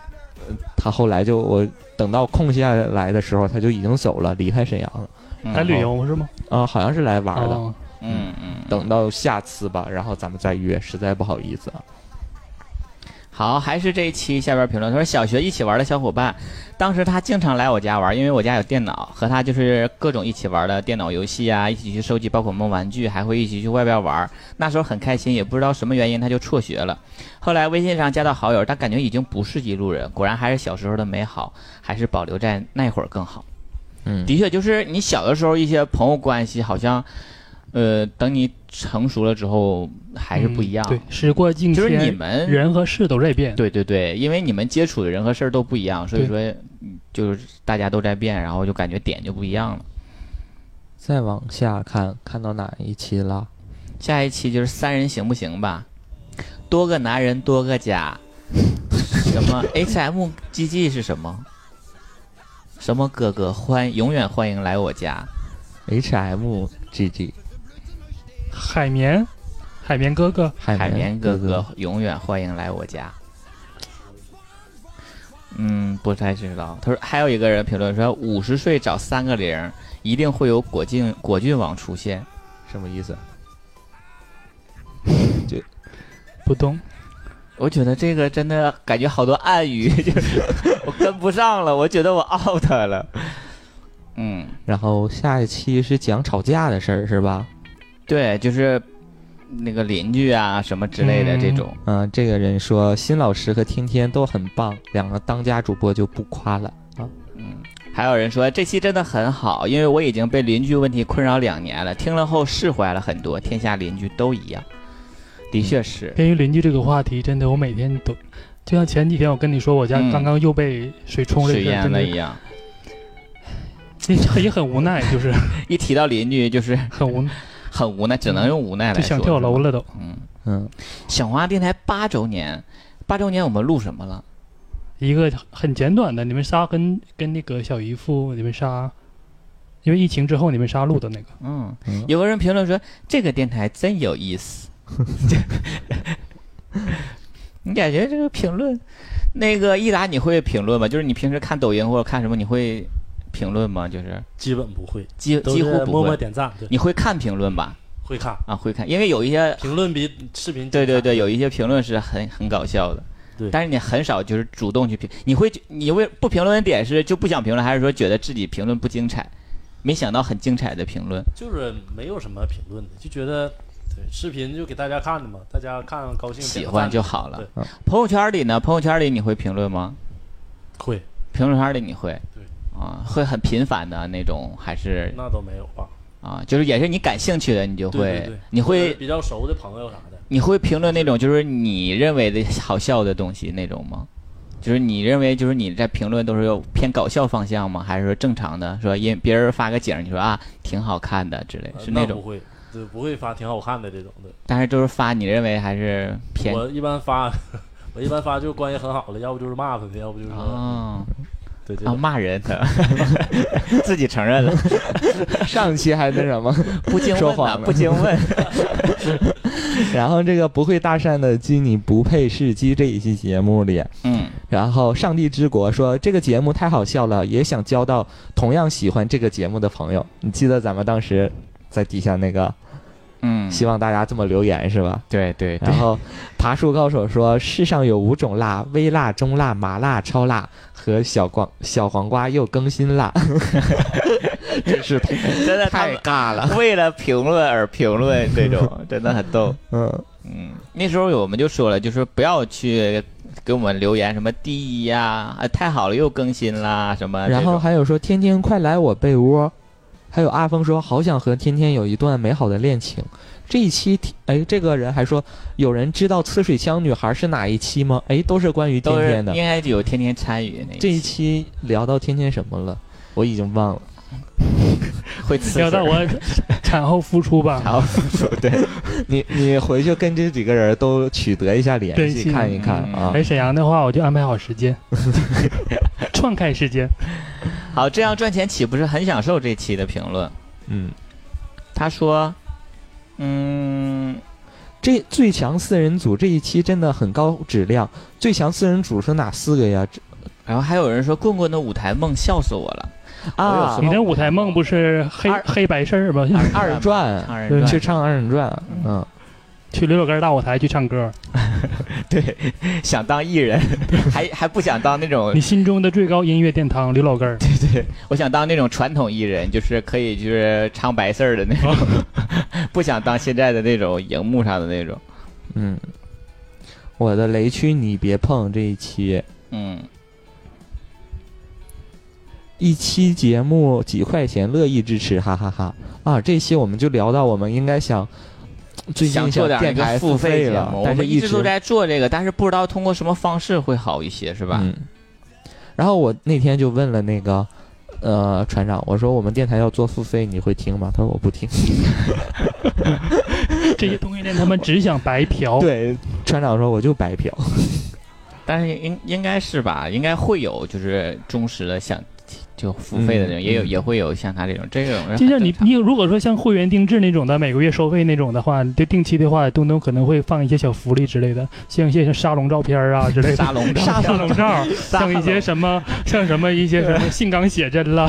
呃他后来就我等到空下来的时候，他就已经走了，离开沈阳了。嗯来旅游是吗？啊、好像是来玩的。哦嗯嗯。等到下次吧，然后咱们再约，实在不好意思啊。好，还是这一期下边评论，他说小学一起玩的小伙伴，当时他经常来我家玩，因为我家有电脑，和他就是各种一起玩的电脑游戏啊，一起去收集宝可梦玩具，还会一起去外边玩。那时候很开心，也不知道什么原因他就辍学了。后来微信上加到好友，但感觉已经不是一路人，果然还是小时候的美好，还是保留在那会儿更好。嗯的确，就是你小的时候一些朋友关系，好像，呃，等你成熟了之后还是不一样。嗯对，时过境就是你迁，们人和事都在变。对对对，因为你们接触的人和事儿都不一样，所以说嗯就是大家都在变，然后就感觉点就不一样了。再往下看，看到哪一期了？下一期就是三人行不行吧？多个男人多个家，什么 H M G G 是什么？什么哥哥欢永远欢迎来我家， H M G G 海绵，海绵哥哥，海海绵哥哥哥永远欢迎来我家。嗯，不太知道。他说还有一个人评论说，五十岁找三个零儿，一定会有果郡果郡王出现。什么意思？不懂。我觉得这个真的感觉好多暗语， 就是我跟不上了，我觉得我 out 了。嗯，然后下一期是讲吵架的事儿是吧？对，就是那个邻居啊什么之类的嗯这种，嗯、这个人说新老师和天天都很棒，两个当家主播就不夸了啊。嗯。还有人说这期真的很好，因为我已经被邻居问题困扰两年了，听了后释怀了很多。天下邻居都一样，的确是。关于邻嗯居这个话题，真的我每天都，就像前几天我跟你说，我家嗯刚刚又被水冲了水一下，淹真了的一样， 也也很无奈， 就是一提到邻居就是很无，很无奈，只能用无奈来就说。想跳楼是吧。了都。嗯，嗯，小花电台八周年，八周年我们录什么了？一个很简短的，你们仨跟跟那个小姨夫，你们仨，因为疫情之后你们仨录的那个，嗯嗯，有个人评论说这个电台真有意思。 你感觉这个评论，那个益达你会评论吗？就是你平时看抖音或者看什么，你会评论吗？就是基本不会，几都几是乎不默默会。点赞，对，你会看评论吧？会看啊，会看，因为有一些评论比视频对对精彩对，有一些评论是很很搞笑的。对但是你很少就是主动去评，你会你会不评论的点是就不想评论，还是说觉得自己评论不精彩？没想到很精彩的评论，就是没有什么评论的，就觉得对视频就给大家看的嘛，大家看高兴喜点个欢赞就好了对。嗯朋友圈里呢？朋友圈里你会评论吗？会，评论圈里你会？对啊，会很频繁的那种，还是那倒没有吧？啊，就是也是你感兴趣的，你就会，对对对，你或者会比较熟的朋友啥的，你会评论那种就是你认为的好笑的东西那种吗？就是你认为就是你在评论都是有偏搞笑方向吗？还是说正常的？说因别人发个景儿，你说啊挺好看的之类，呃是那种不，会，对，不会发挺好看的这种的。但是都是发你认为还是偏我一般发， 我一般发就关系很好的，要不就是骂他的，要不就是说哦对对啊对骂人的， 自己承认了，上期还那什么，不经说问呐谎了不经问。然后这个不会搭讪的鸡你不配是鸡这一期节目里， 嗯，然后上帝之国说这个节目太好笑了，也想交到同样喜欢这个节目的朋友。你记得咱们当时在底下那个，嗯，希望大家这么留言是吧？对对对然，后，爬树高手说：“世上有五种辣，微辣、中辣、麻辣、超辣和小黄小黄瓜又更新辣，真是太真的他太们尬了。为了评论而评论，这 种真的很逗。”嗯，嗯，那时候我们就说了，就是不要去给我们留言什么第一呀、啊，太好了，又更新啦什么这种。然后还有说：“天天快来我被窝。”还有阿峰说：“好想和天天有一段美好的恋情。”这一期，哎，这个人还说：“有人知道呲水枪女孩是哪一期吗？”哎，都是关于天都是天应的。该有天天参与那这一期聊到天天什么了？我已经忘了。会刺聊 到水，我产后复 出吧，然后对， 你你回去跟这几个人都取得一下联对系，看一看嗯啊。来沈阳的话，我就安排好 时间， 创开时间。好，这样赚钱岂不是很享受？这期的评论，嗯，他说，嗯，这最强四人组这一期真的很高质量。最强四人组是哪四个呀？这然后还有人说棍棍的舞台梦笑死我了，啊我有什你么的舞台梦不是黑二黑白事儿吗？二人转， 二人对转去唱二人转。嗯， 去刘老根儿大舞台去唱歌， 对，想当艺人，还还不想当那种你心中的最高音乐殿堂刘 老根儿，我想当那种传统艺人，就是可以就是唱白事儿的那种， 不想当现在的那种荧幕上的那种。嗯，我的雷区你别碰这一期，嗯，一期节目几块钱，乐意支持，哈哈哈啊，这期我们就聊到我们应该想最近想做点那电个台付费节了目，，我但是们一直直都在做这个，但是不知道通嗯过什么方式会好一些，是吧？嗯。然后我那天就问了那个呃船长，我说我们电台要做付费，你会听吗？他说我 不听。这些同性恋他们只想白嫖，对，哦船长说我就白嫖。但是应应该是吧，应该会有就是忠实的想就付费的人，嗯也有嗯也会有像他这种，这种人就像很你正，常你如果说像会员定制那种的，每个月收费那种的话，就定期的话，东东可能会放一些小福利之类的，像一些沙龙照片 啊之类的。沙龙照沙龙照，像一些什么，像什么一些什么性感写真啦，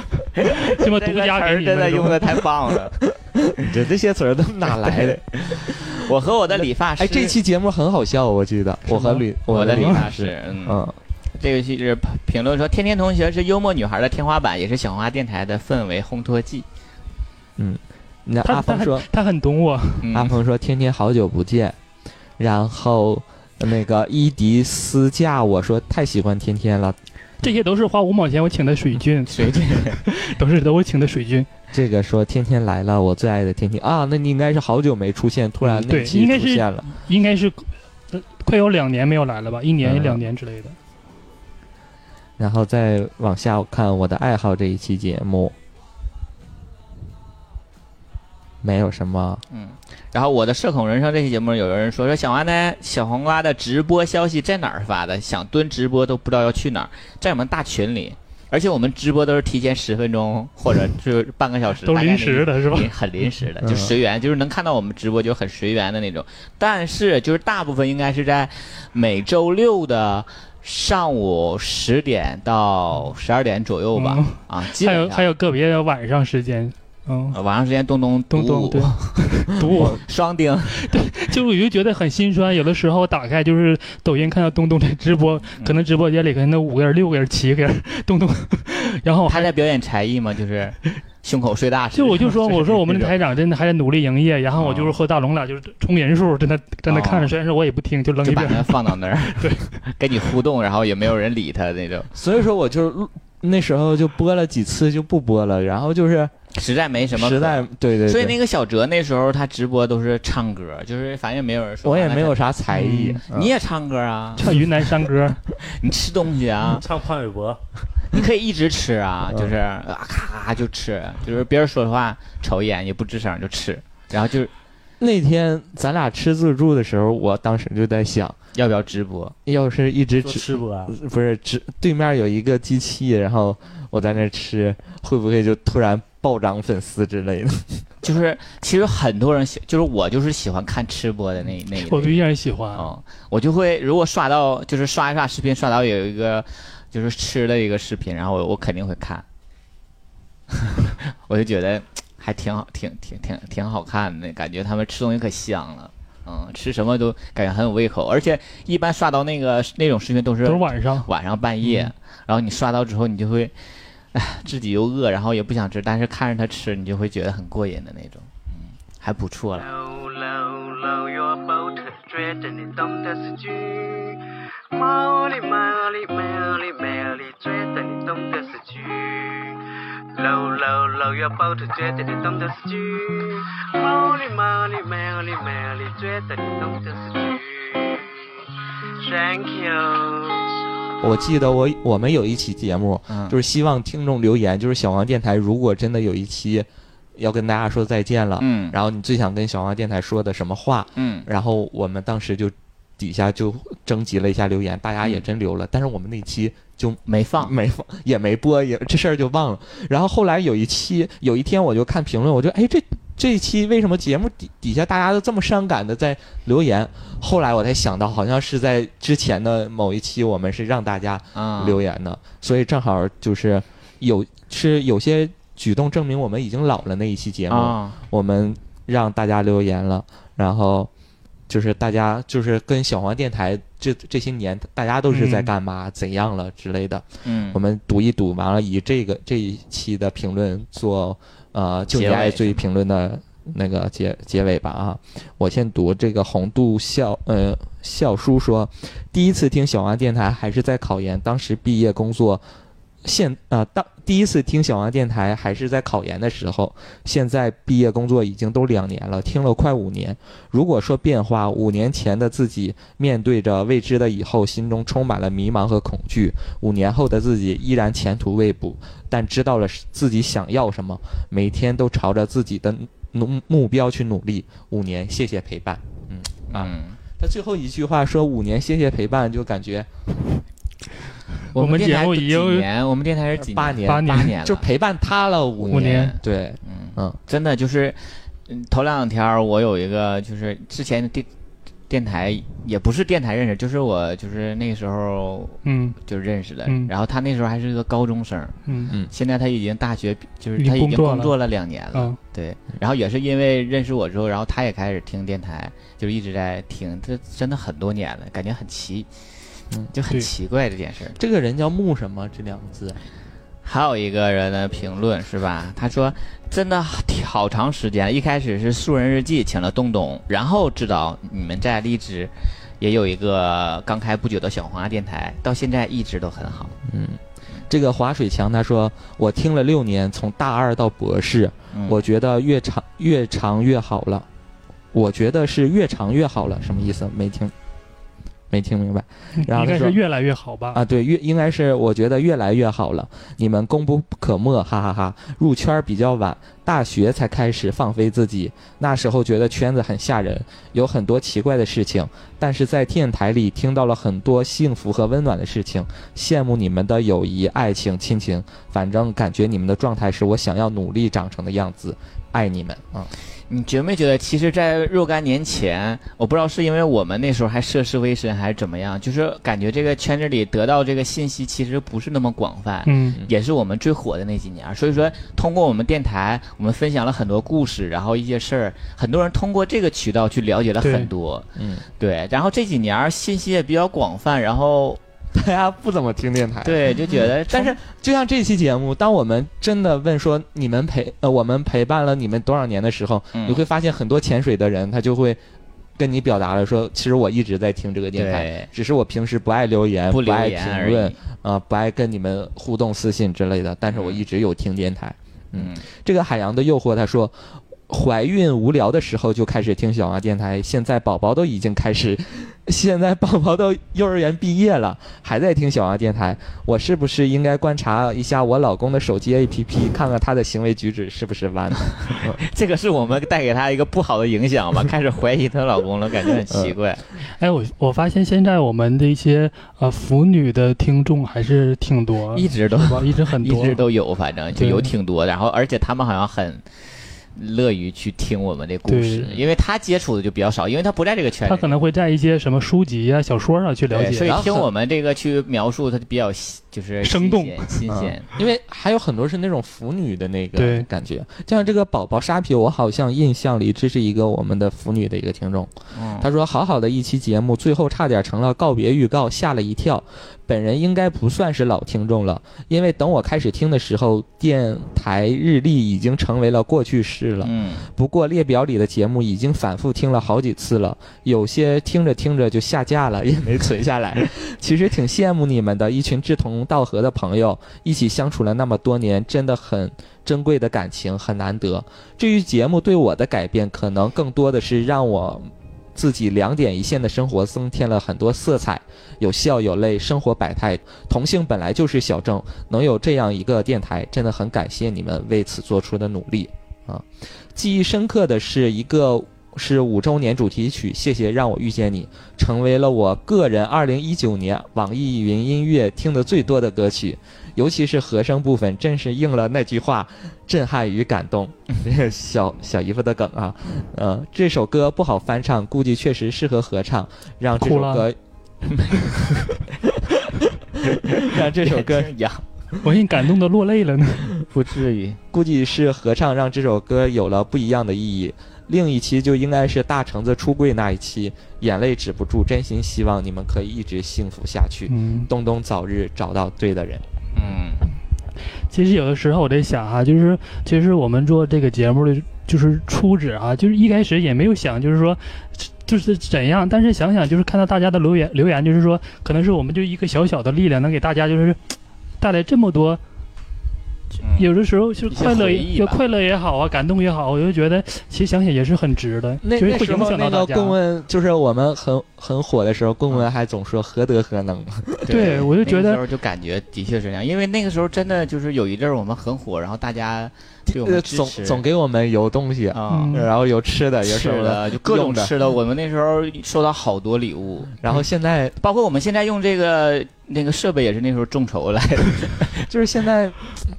什么这独个词家给儿你啊真的们用的太棒了，你这这些词儿都哪来 的？我和我的理发师，哎，这期节目很好笑，我记得我和吕我的的理发发，师，嗯，嗯，这个是评论说，天天同学是幽默女孩的天花板，也是小红花电台的氛围烘托剂。那他阿他峰很说，他很懂我，嗯，阿鹏说天天好久不见，然后呃那个伊迪私架我说太喜欢天天了，这些都是花五毛钱我请的水军，水军，都是都我请的水军，这个说天天来了，我最爱的天天啊，那你应该是好久没出现，突然嗯那对期应该出是现了。应该是呃快有两年没有来了吧，一年嗯两年之类的。然后再往下看我的爱好这一期节目，没有什么，嗯。 然后我的社恐人生这期节目，有人说说小红呢，小红花的直播消息在哪儿发的？想蹲直播都不知道要去哪儿，在我们大群里，而且我们直播都是提前十分钟或者就是半个小时，都临时的。的是吧？临很临时的，嗯就随缘，就是能看到我们直播就很随缘的那种。但是就是大部分应该是在每周六的上午十点到十二点左右吧，嗯啊，基还本有上还有个别的晚上时间，嗯，呃晚上时间东东东读东武对，读我， 双丁， 就我就觉得很心酸。有的时候打开就是抖音，看到东东的直播，可能直播间里可能那五个人、六个人、七个人， 东东，然后他在表演才艺嘛，就是胸口碎大石。就我就说，我说我们的那种台长真的还在努力营业，然后我就是和大龙俩就是冲人数，真的真的看哦着，虽然说我也不听，就扔就一把边。他放到那儿，对，跟你互动，然后也没有人理他那种，所以说我就是录那时候就播了几次就不播了，然后就是实在没什么可实在对对对，所以那个小哲那时候他直播都是唱歌，就是反正也没有人说，我也没有，啥才艺，嗯你也唱歌啊，唱云南山歌， 你吃东西啊，唱潘玮柏，你可以一直吃啊，嗯就是啊咔咔咔就吃，就是别人说的话瞅一眼也不吱声就吃，然后就是那天咱俩吃自助的时候，我当时就在想，要不要直播？要是一直做吃，吃播啊，不是吃对面有一个机器，然后我在那儿吃，会不会就突然暴涨粉丝之类的？ 就是其实很多人喜，就是我就是喜欢看吃播的那那一类我依然喜欢。嗯，我就会如果刷到就是刷一刷视频，刷到有一个就是吃的一个视频，然后我我肯定会看， 我就觉得还挺好，挺挺挺挺好看的，感觉他们吃东西可香了。嗯，吃什么都感觉很有胃口，而且一般刷到那个那种视频都是都是晚上，晚上半夜，然后你刷到之后，你就会，哎，自己又饿，然后也不想吃，但是看着他吃，你就会觉得很过瘾的那种，嗯，还不错了。 Low, low, low your boat，觉得你懂的是句。毛利，毛利，毛利，毛利，觉得你懂的是句。Low, low, low your boat，觉得你懂的是句。毛利，毛利，毛利，毛利，觉得你懂的是句。Thank you。我记得我我们有一期节目，嗯，就是希望听众留言，就是小黄电台如果真的有一期要跟大家说再见了，嗯然后你最想跟小黄电台说的什么话？嗯，然后我们当时就底下就征集了一下留言，大家嗯也真留了，但是我们那期就没放，没放， 也没播，也这事儿就忘了。然后后来有一期，有一天我就看评论，我就哎这这一期为什么节目底底下大家都这么伤感的在留言？后来我才想到，好像是在之前的某一期我们是让大家啊，留言的，所以正好就是有是有些举动证明我们已经老了那一期节目，啊，我们让大家留言了，然后。就是大家就是跟小黄电台这这些年，大家都是在嗯干嘛、怎样了之类的，嗯我，们读一读，完了以这个这一期的评论做呃，就你结尾爱是最吗评论的那个结结尾吧啊！我先读这个红度笑呃笑叔说，第一次听小王电台还是在考研，当时毕业工作。现啊、当第一次听小王电台还是在考研的时候，现在毕业工作已经都两年了，听了快五年。如果说变化，五年前的自己面对着未知的以后，心中充满了迷茫和恐惧；五年后的自己依然前途未卜，但知道了自己想要什么，每天都朝着自己的努目标去努力。五年，谢谢陪伴。嗯啊，嗯，他最后一句话说五年，谢谢陪伴，就感觉我们电台节目已经几年，我们电台是几年八年八年八年了就陪伴他了五五年年。对，嗯嗯。真的就是，嗯，头两天儿我有一个，就是之前的电电台也不是电台认识，就是我就是那个时候嗯就认识的，嗯然后他那时候还是一个高中生，嗯现在他已经大学，就是已经他已经工作工了作了两年了， 啊对，然后也是因为认识我之后，然后他也开始听电台，就一直在听，这真的很多年了，感觉很奇，嗯就很对奇怪这件事儿。这个人叫木什么？这两个字，还有一个人的评论是吧？他说真的好长时间，一开始是素人日记请了东东，然后知道你们在荔枝也有一个刚开不久的小黄鸭电台，到现在一直都很好。嗯，这个划水强他说，我听了六年，从大二到博士，嗯、我觉得越长越长越好了。我觉得是越长越好了，什么意思？没听，没听明白然后应他该说是越来越好吧？啊？对，越应该是我觉得越来越好了。你们功不可没，哈哈哈入圈儿比较晚，大学才开始放飞自己，那时候觉得圈子很吓人，有很多奇怪的事情，但是在电台里听到了很多幸福和温暖的事情，羡慕你们的友谊、爱情、亲情，反正感觉你们的状态是我想要努力长成的样子，爱你们啊！你觉没觉得，其实，在若干年前，我不知道是因为我们那时候还涉世未深，还是怎么样，就是感觉这个圈子里得到这个信息其实不是那么广泛。嗯也是我们最火的那几年儿。啊所以说，通过我们电台，我们分享了很多故事，然后一些事儿，很多人通过这个渠道去了解了对很多。嗯，对，然后这几年儿信息也比较广泛，然后嗯大家不怎么听电台，对就觉得，但是就像这期节目，当我们真的问说你们陪呃我们陪伴了你们多少年的时候，嗯你会发现很多潜水的人他就会跟你表达了说，其实我一直在听这个电台，对只是我平时不爱留言、嗯不不留爱言评而论已。啊、不爱跟你们互动私信之类的，但是我一直有听电台。嗯，这个海洋的诱惑，他说。怀孕无聊的时候就开始听小王电台，现在宝宝都已经开始， 现在宝宝都幼儿园毕业了，还在听小王电台。我是不是应该观察一下我老公的手机 APP，看看他的行为举止是不是弯的？这个是我们带给她一个不好的影响吧，开始怀疑她老公了，感觉很奇 怪。哎，我我发现现在我们的一些呃腐女的听众还是挺多，一直都是吧？一直很一多，直都有，反正就有对挺多。然后，而且他们好像很乐于去听我们的故事，对因为他接触的就比较少，因为他不在这个圈他里。可能会在一些什么书籍啊、小说上去了对，所解。以然后听很我们这个去描述，它就比较新就是生新动鲜新鲜。 因为还有很多是那种腐女的那对个感觉，就像这个宝宝沙皮，我好像印象里这是一个我们的腐女的一个听众，嗯他说：“好好的一期节目，最后差点成了告别预告，吓了一跳。本人应该不算是老听众了，因为等我开始听的时候，电台日历已经成为了过去式了。嗯，不过列表里的节目已经反复听了好几次了，有些听着听着就下架了，也没存下来。其实挺羡慕你们的，一群志同道合的朋友，一起相处了那么多年，真的很珍贵的感情，很难得。至于节目对我的改变，可能更多的是让我。自己两点一线的生活增添了很多色彩，有笑有泪，生活百态。同性本来就是小众，能有这样一个电台，真的很感谢你们为此做出的努力。啊记忆深刻的是一个是五周年主题曲《谢谢让我遇见你》，成为了我个人二零一九年网易云音乐听的最多的歌曲，尤其是和声部分，真是应了那句话：震撼与感 动。小小姨夫的梗啊，呃，这首歌不好翻唱，估计确实适合合唱，让这首哭了歌。 让这首歌一样，我给你感动的落泪了呢。不至于。估计是合唱让这首歌有了不一样的意义。另一期就应该是大橙子出柜那一期，眼泪止不住，真心希望你们可以一直幸福下去。嗯，东东早日找到对的人。嗯，其实有的时候我在想哈、就是其实我们做这个节目的就是初旨啊，就是一开始也没有想，就是说。就是怎样，但是想想，就是看到大家的留言，留言就是说，可能是我们就一个小小的力量，能给大家就是带来这么多。有的时候就是快乐，嗯一些回忆就吧快乐也好啊，感动也好，我就觉得其实想想也是很值的，那就是那会时影候响那到个大家。棍棍，就是我们很很火的时候，棍棍还总说何德何 能。对我就觉那个得时候就感觉的确是这样，因为那个时候真的就是有一阵儿我们很火，然后大家对我呃们支总持总给我们有东西，啊嗯然后有吃的，有吃什么的就各种用的。吃的，嗯我们那时候收到好多礼物，然后现在包括我们现在用这个那个设备也是那时候众筹来 的，就是现在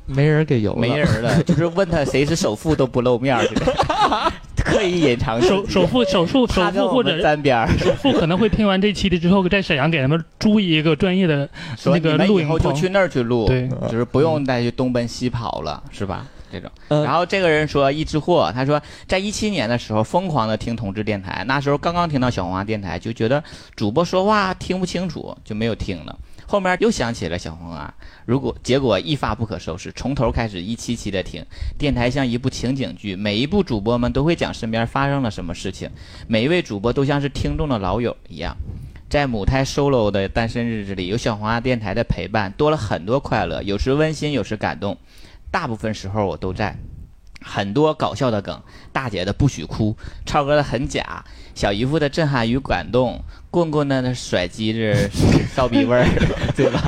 没人给油了，没人儿了， 就是问他谁是首富都不露面儿，这个 刻意隐藏自己首首付首付首他跟付我或们者沾边儿，首付可能会听完这期的之后，在沈阳给他们租一个专业的说那你个们录以影后就棚。去那儿去录，对，就是不用再去东奔西跑了，是吧？这种。呃然后这个人说一之货，他说在一七年的时候疯狂的听同志电台，那时候刚刚听到小红花电台，就觉得主播说话听不清楚，就没有听了。后面又想起了小红花，如果结果一发不可收拾，从头开始一期期的听。电台像一部情景剧，每一部主播们都会讲身边发生了什么事情，每一位主播都像是听众的老友一样。在母胎 solo 的单身日子里，有小黄鸭电台的陪伴，多了很多快乐，有时温馨，有时感动，大部分时候我都在。很多搞笑的梗，大姐的不许哭，超哥的很假，小姨夫的震撼与感动，棍棍的那甩机子骚逼味儿， 对吧？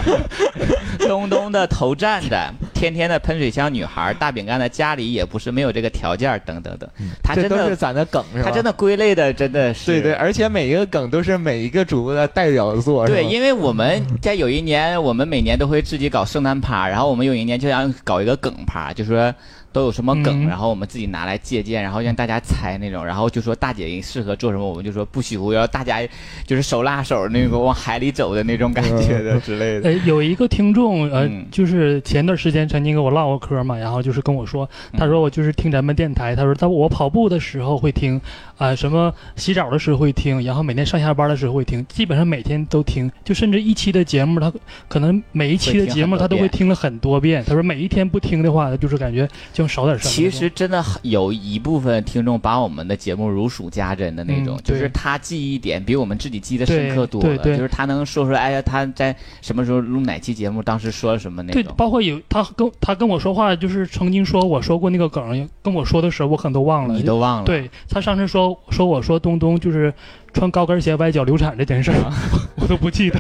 东东的头站的，天天的喷水枪女孩，大饼干的家里也不是没有这个条件儿，等等等，他嗯这真都是的，咱的梗是吧？他真的归类的真的是对对，而且每一个梗都是每一个主播的代表作，是对，吧因为我们在有一年，我们每年都会自己搞圣诞趴，然后我们有一年就想搞一个梗趴，就说都有什么梗，嗯然后我们自己拿来借鉴，然后让大家猜那种，然后就说大姐适合做什么，我们就说不许忽悠，大家就是手拉手那个往海里走的那种感觉的之类的。呃，有一个听众，呃，嗯就是前段时间曾经跟我唠过嗑嘛，然后就是跟我说，嗯他说我就是听咱们电台，他说在我跑步的时候会听，啊、什么洗澡的时候会听，然后每天上下班的时候会听，基本上每天都听，就甚至一期的节目，他可能每一期的节目他都会会听了很多遍。他说每一天不听的话，他就是感觉就少点什么。其实真的很有一部分听众把我们的节目如数家珍的那种，嗯就对是他记忆点比我们自己记得深刻多了，对对对就是他能说出来，哎呀，他在什么时候录哪期节目，当时说了什么那对，种。包括有他跟他跟我说话，就是曾经说我说过那个梗，跟我说的时候我可能都忘了。你都忘了，对他上次说说我说东东就是穿高跟鞋崴脚流产这件事啊儿， 我都 不记得。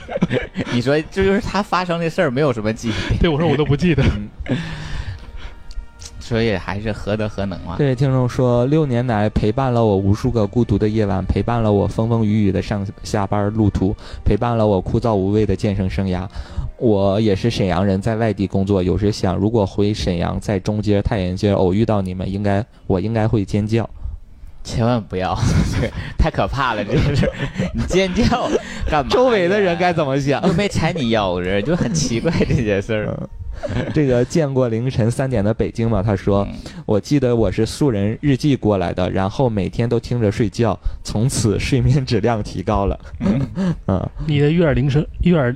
你说这就是他发生的事儿，没有什么记忆，对我说我都不记得。所以还是何德何能嘛。这位听众说，六年来陪伴了我无数个孤独的夜晚，陪伴了我风风雨雨的上下班路途，陪伴了我枯燥无味的健身生涯。我也是沈阳人，在外地工作，有时想，如果回沈阳，在中街、太原街偶遇到你们，应该我应该会尖叫。千万不要， 这太可怕了，这是你尖叫干嘛？ 周围的人该怎么想？又没踩你腰子，就很奇怪这件事儿。这个见过凌晨三点的北京吗？他说嗯，我记得我是素人日记过来的，然后每天都听着睡觉，从此睡眠质量提高了。嗯，你的悦耳铃声，悦耳，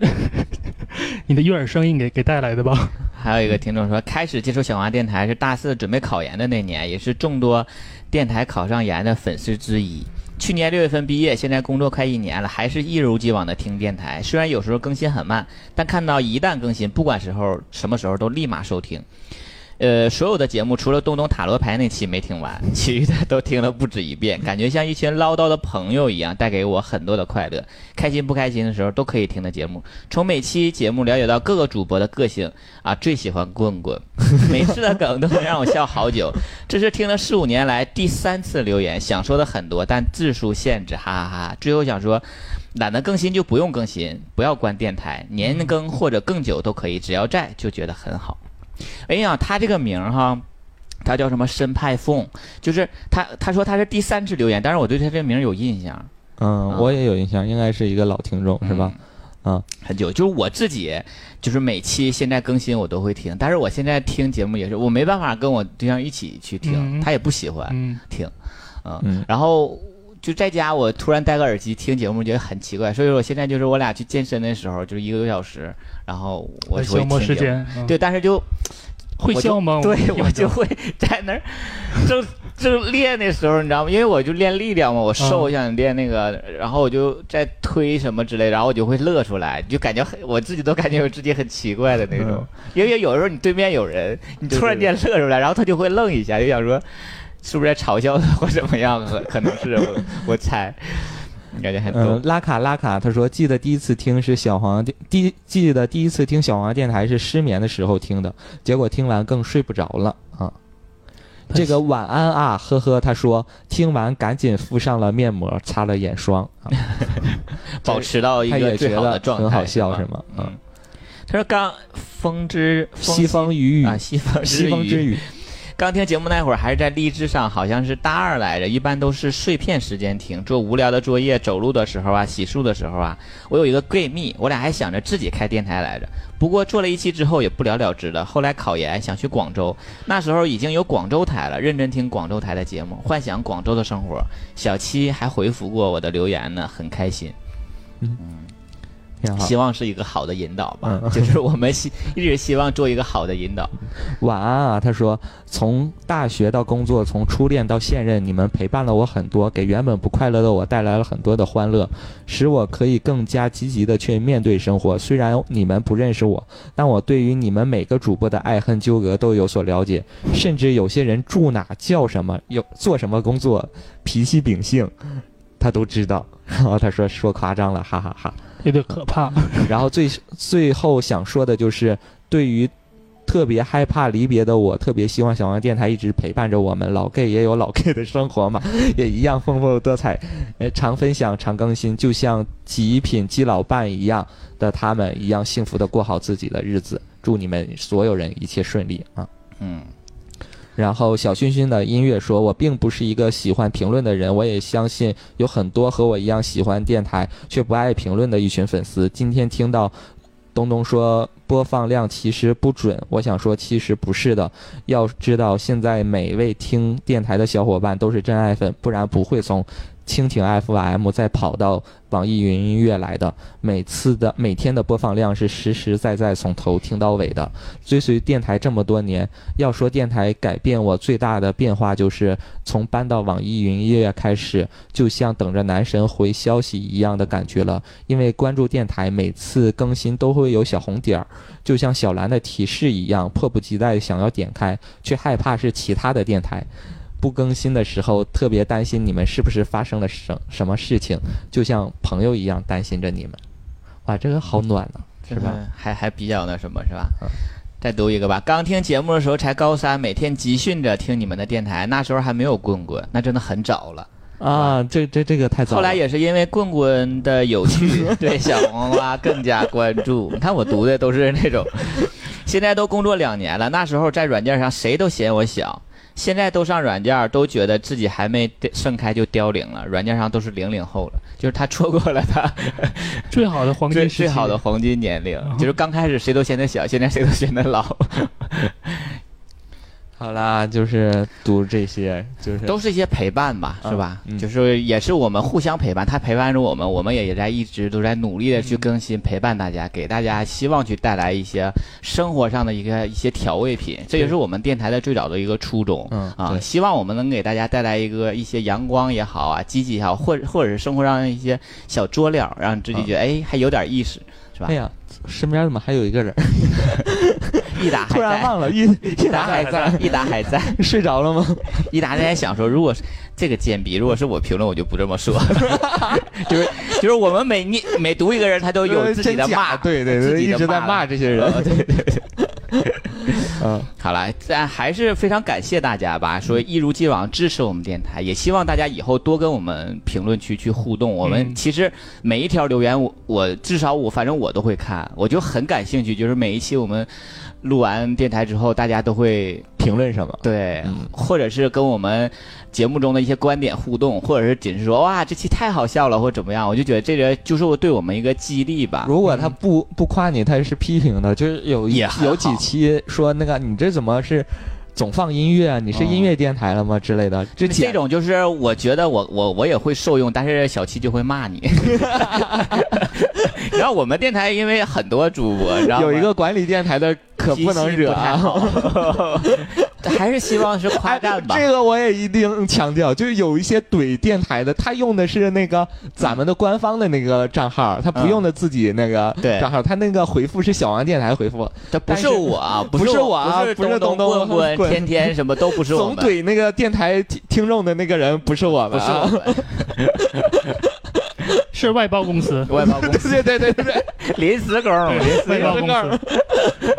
你的悦耳声音给给带来的吧？还有一个听众说，开始接触小华电台是大四准备考研的那年，也是众多电台考上研的粉丝之一。去年六月份毕业，现在工作快一年了，还是一如既往的听电台。虽然有时候更新很慢，但看到一旦更新，不管时候什么时候都立马收听。呃，所有的节目除了东东塔罗牌那期没听完， 其余的都听了不止一遍，感觉像一群唠叨的朋友一样，带给我很多的快乐。开心不开心的时候都可以听的节目，从每期节目了解到各个主播的个性，啊，最喜欢棍棍，每次的梗都能让我笑好久。这是听了四五年来第三次留言，想说的很多，但字数限制，哈哈哈。最后想说，懒得更新就不用更新，不要关电台，年更或者更久都可以，只要在就觉得很好。哎呀，他这个名儿哈。他叫什么？申派凤，就是他。他说他是第三次留言，但是我对他这个名儿有印象，嗯啊，我也有印象，应该是一个老听众，是吧？？啊，嗯很久，就是我自己，就是每期现在更新我都会听，但是我现在听节目也是，我没办法跟我对象一起去听，嗯他也不喜欢嗯，听，嗯，嗯然后就在家我突然戴个耳机听节目，觉得很奇怪，所以我现在就是我俩去健身的时候，就是一个多小时，然后我来就会消磨听时节目，间。嗯对，但是就会笑吗？对听，我着就会 在那儿正正练的时候，你知道吗？因为我就练力量嘛，我瘦嗯想练那个，然后我就在推什么之类，然后我就会乐出来，就感觉很，我自己都感觉我自己很奇怪的那嗯种。因为有时候你对面有人，你突然间乐出来，然后他就会愣一下，就想说是不是在嘲笑他或怎么样？可可能是我我猜，感觉很逗。嗯，拉卡拉卡，他说记得第一次听是小黄电，第记得第一次听小黄电台是失眠的时候听的，结果听完更睡不着了啊。这个晚安啊，呵呵，他说听完赶紧敷上了面膜，擦了眼霜， 啊、保持到一他个也最觉好的得状态，很好笑是是吗？吗？嗯嗯，，他说刚风之西方雨雨，啊，西方西方之语。雨，刚听节目那会儿还是在荔枝上，好像是大二来着，一般都是碎片时间听，做无聊的作业、走路的时候啊、洗漱的时候啊。我有一个闺蜜，我俩还想着自己开电台来着，不过做了一期之后也不了了之了。后来考研想去广州，那时候已经有广州台了，认真听广州台的节目，幻想广州的生活。小七还回复过我的留言呢，很开心。挺好。希望是一个好的引导吧，啊嗯就是我们希 一直希望做一个好的引导。晚安啊，他说，从大学到工作，从初恋到现任，你们陪伴了我很多，给原本不快乐的我带来了很多的欢乐，使我可以更加积极的去面对生活。虽然你们不认识我，但我对于你们每个主播的爱恨纠葛都有所了解，甚至有些人住哪叫什么，有做什么工作，脾气秉性，他都知道。 然后他说说夸张了，哈哈哈有点 可怕。然后最最后想说的就是，对于特别害怕离别的我，特别希望小王电台一直陪伴着我们。老 gay 也有老 gay 的生活嘛，也一样丰富多彩，呃，常分享，常更新，就像极品基老伴一样的他们一样幸福的过好自己的日子。祝你们所有人一切顺利啊！嗯，然后小熏熏的音乐说：“我并不是一个喜欢评论的人，我也相信有很多和我一样喜欢电台却不爱评论的一群粉丝。今天听到东东说播放量其实不准，我想说其实不是的。要知道，现在每位听电台的小伙伴都是真爱粉，不然不会从。”蜻蜓 FM 再跑到网易云音乐来的，每次的每天的播放量是实实在在从头听到尾的。追随电台这么多年，要说电台改变我最大的变化，就是从搬到网易云音乐开始，就像等着男神回消息一样的感觉了。因为关注电台，每次更新都会有小红点儿，就像小蓝的提示一样，迫不及待想要点开，却害怕是其他的电台。不更新的时候，特别担心你们是不是发生了什什么事情，就像朋友一样担心着你们。哇，这个好暖呐、是是吧？？还还比较那什么，是吧嗯？再读一个吧。刚听节目的时候才高三，每天集训着听你们的电台，那时候还没有棍棍，那真的很早了。啊，这这这个太早了。后来也是因为棍棍的有 趣，对小黄瓜更加关注。你看我读的都是那种，现在都工作两年了，那时候在软件上谁都嫌我小，现在都上软件都觉得自己还没盛开就凋零了，软件上都是零零后了，就是他错过了他最好的黄金最时期，最好的黄金年龄，啊就是刚开始谁都嫌他小，现在谁都嫌他 老，好啦，就是读这些，就是都是一些陪伴吧，嗯是吧？嗯就是也是我们互相陪伴，他陪伴着我们，我们也也在一直都在努力的去更新，陪伴大家，给大家希望去带来一些生活上的一个一些调味品，这也是我们电台的最早的一个初衷。嗯啊，对希望我们能给大家带来一个一些阳光也好啊，积极也好，或者或者是生活上一些小佐料，让自嗯己觉得、哎还有点意思，是吧哎？呀，身边怎么还有一 个人？益达还突然在，忘了，一益达还 在，益达还在。睡着了吗？一达在想说，如果是这个贱逼，如果是我评论，我就不这么说， 就是就是我们每你每读一个人，他都有自己的真假骂，对对自对，己的一直在骂骂这些人。呃对对对。嗯，好了，但还是非常感谢大家吧，说一如既往支持我们电台，也希望大家以后多跟我们评论区去互动。我们其实每一条留言我，我至少我反正我都会看，我就很感兴趣。就是每一期我们录完电台之后，大家都会评论什么？对，嗯或者是跟我们节目中的一些观点互动，或者是仅是说哇这期太好笑了或者怎么样，我就觉得这个就是我对我们一个激励吧。如果他不不夸你，他是批评的，就是有也还好有几期说那个你这怎么是总放音乐啊？你是音乐电台了吗？之类的，这这简种就是我觉得我我我也会受用，但是小七就会骂你。然后我们电台因为很多主播，然后有一个管理电台的可不能惹太啊。好，还是希望是夸赞 吧。哎这个我也一定强调，就是有一些怼电台的，他用的是那个咱们的官方的那个账号，他不用的自己那个对账号，他那个回复是小王电台回复，这不是但是我啊，不是是我啊不是不是东东东棍棍、滚天天什么都不是我总们，怼那个电台听听众的那个人不是我不们是我啊，们，，是外包公司 外包公司 对对对对 对，临时工，临时外包工公司，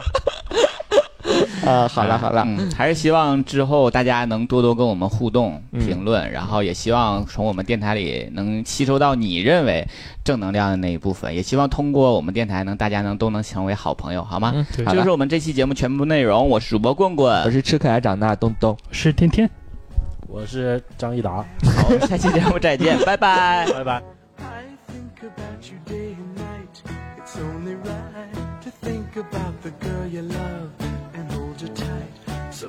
啊，好了好了，嗯，还是希望之后大家能多多跟我们互动、嗯评论，然后也希望从我们电台里能吸收到你认为正能量的那一部分，也希望通过我们电台能大家能都能成为好朋友，好吗？嗯，这就是我们这期节目全部内容。我是主播棍我棍，是吃可爱长大东东。是天天。我是张一达， 好，我们下期节目再见，拜拜。拜拜。 I think about you day and night. It's only right to think about the girl you love and hold her tight. So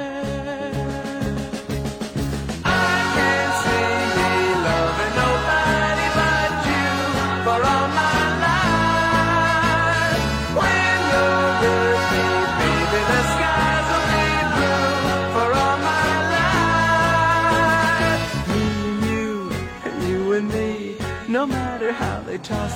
I can't see me loving nobody but you for all my life. When you're with me, baby, the skies will be blue for all my life. Me and you, and you and me, no matter how they toss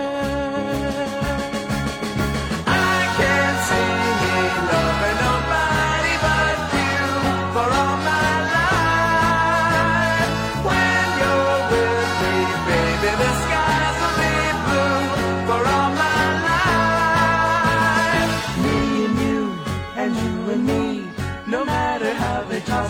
together. I can't see me loving nobody but you for all my life. When you're with me, baby, the skies will be blue for all my life. Me and you, and you and me, no matter how they toss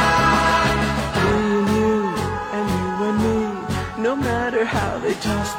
Me and you, and you and me. No matter how they tossed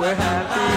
We're happy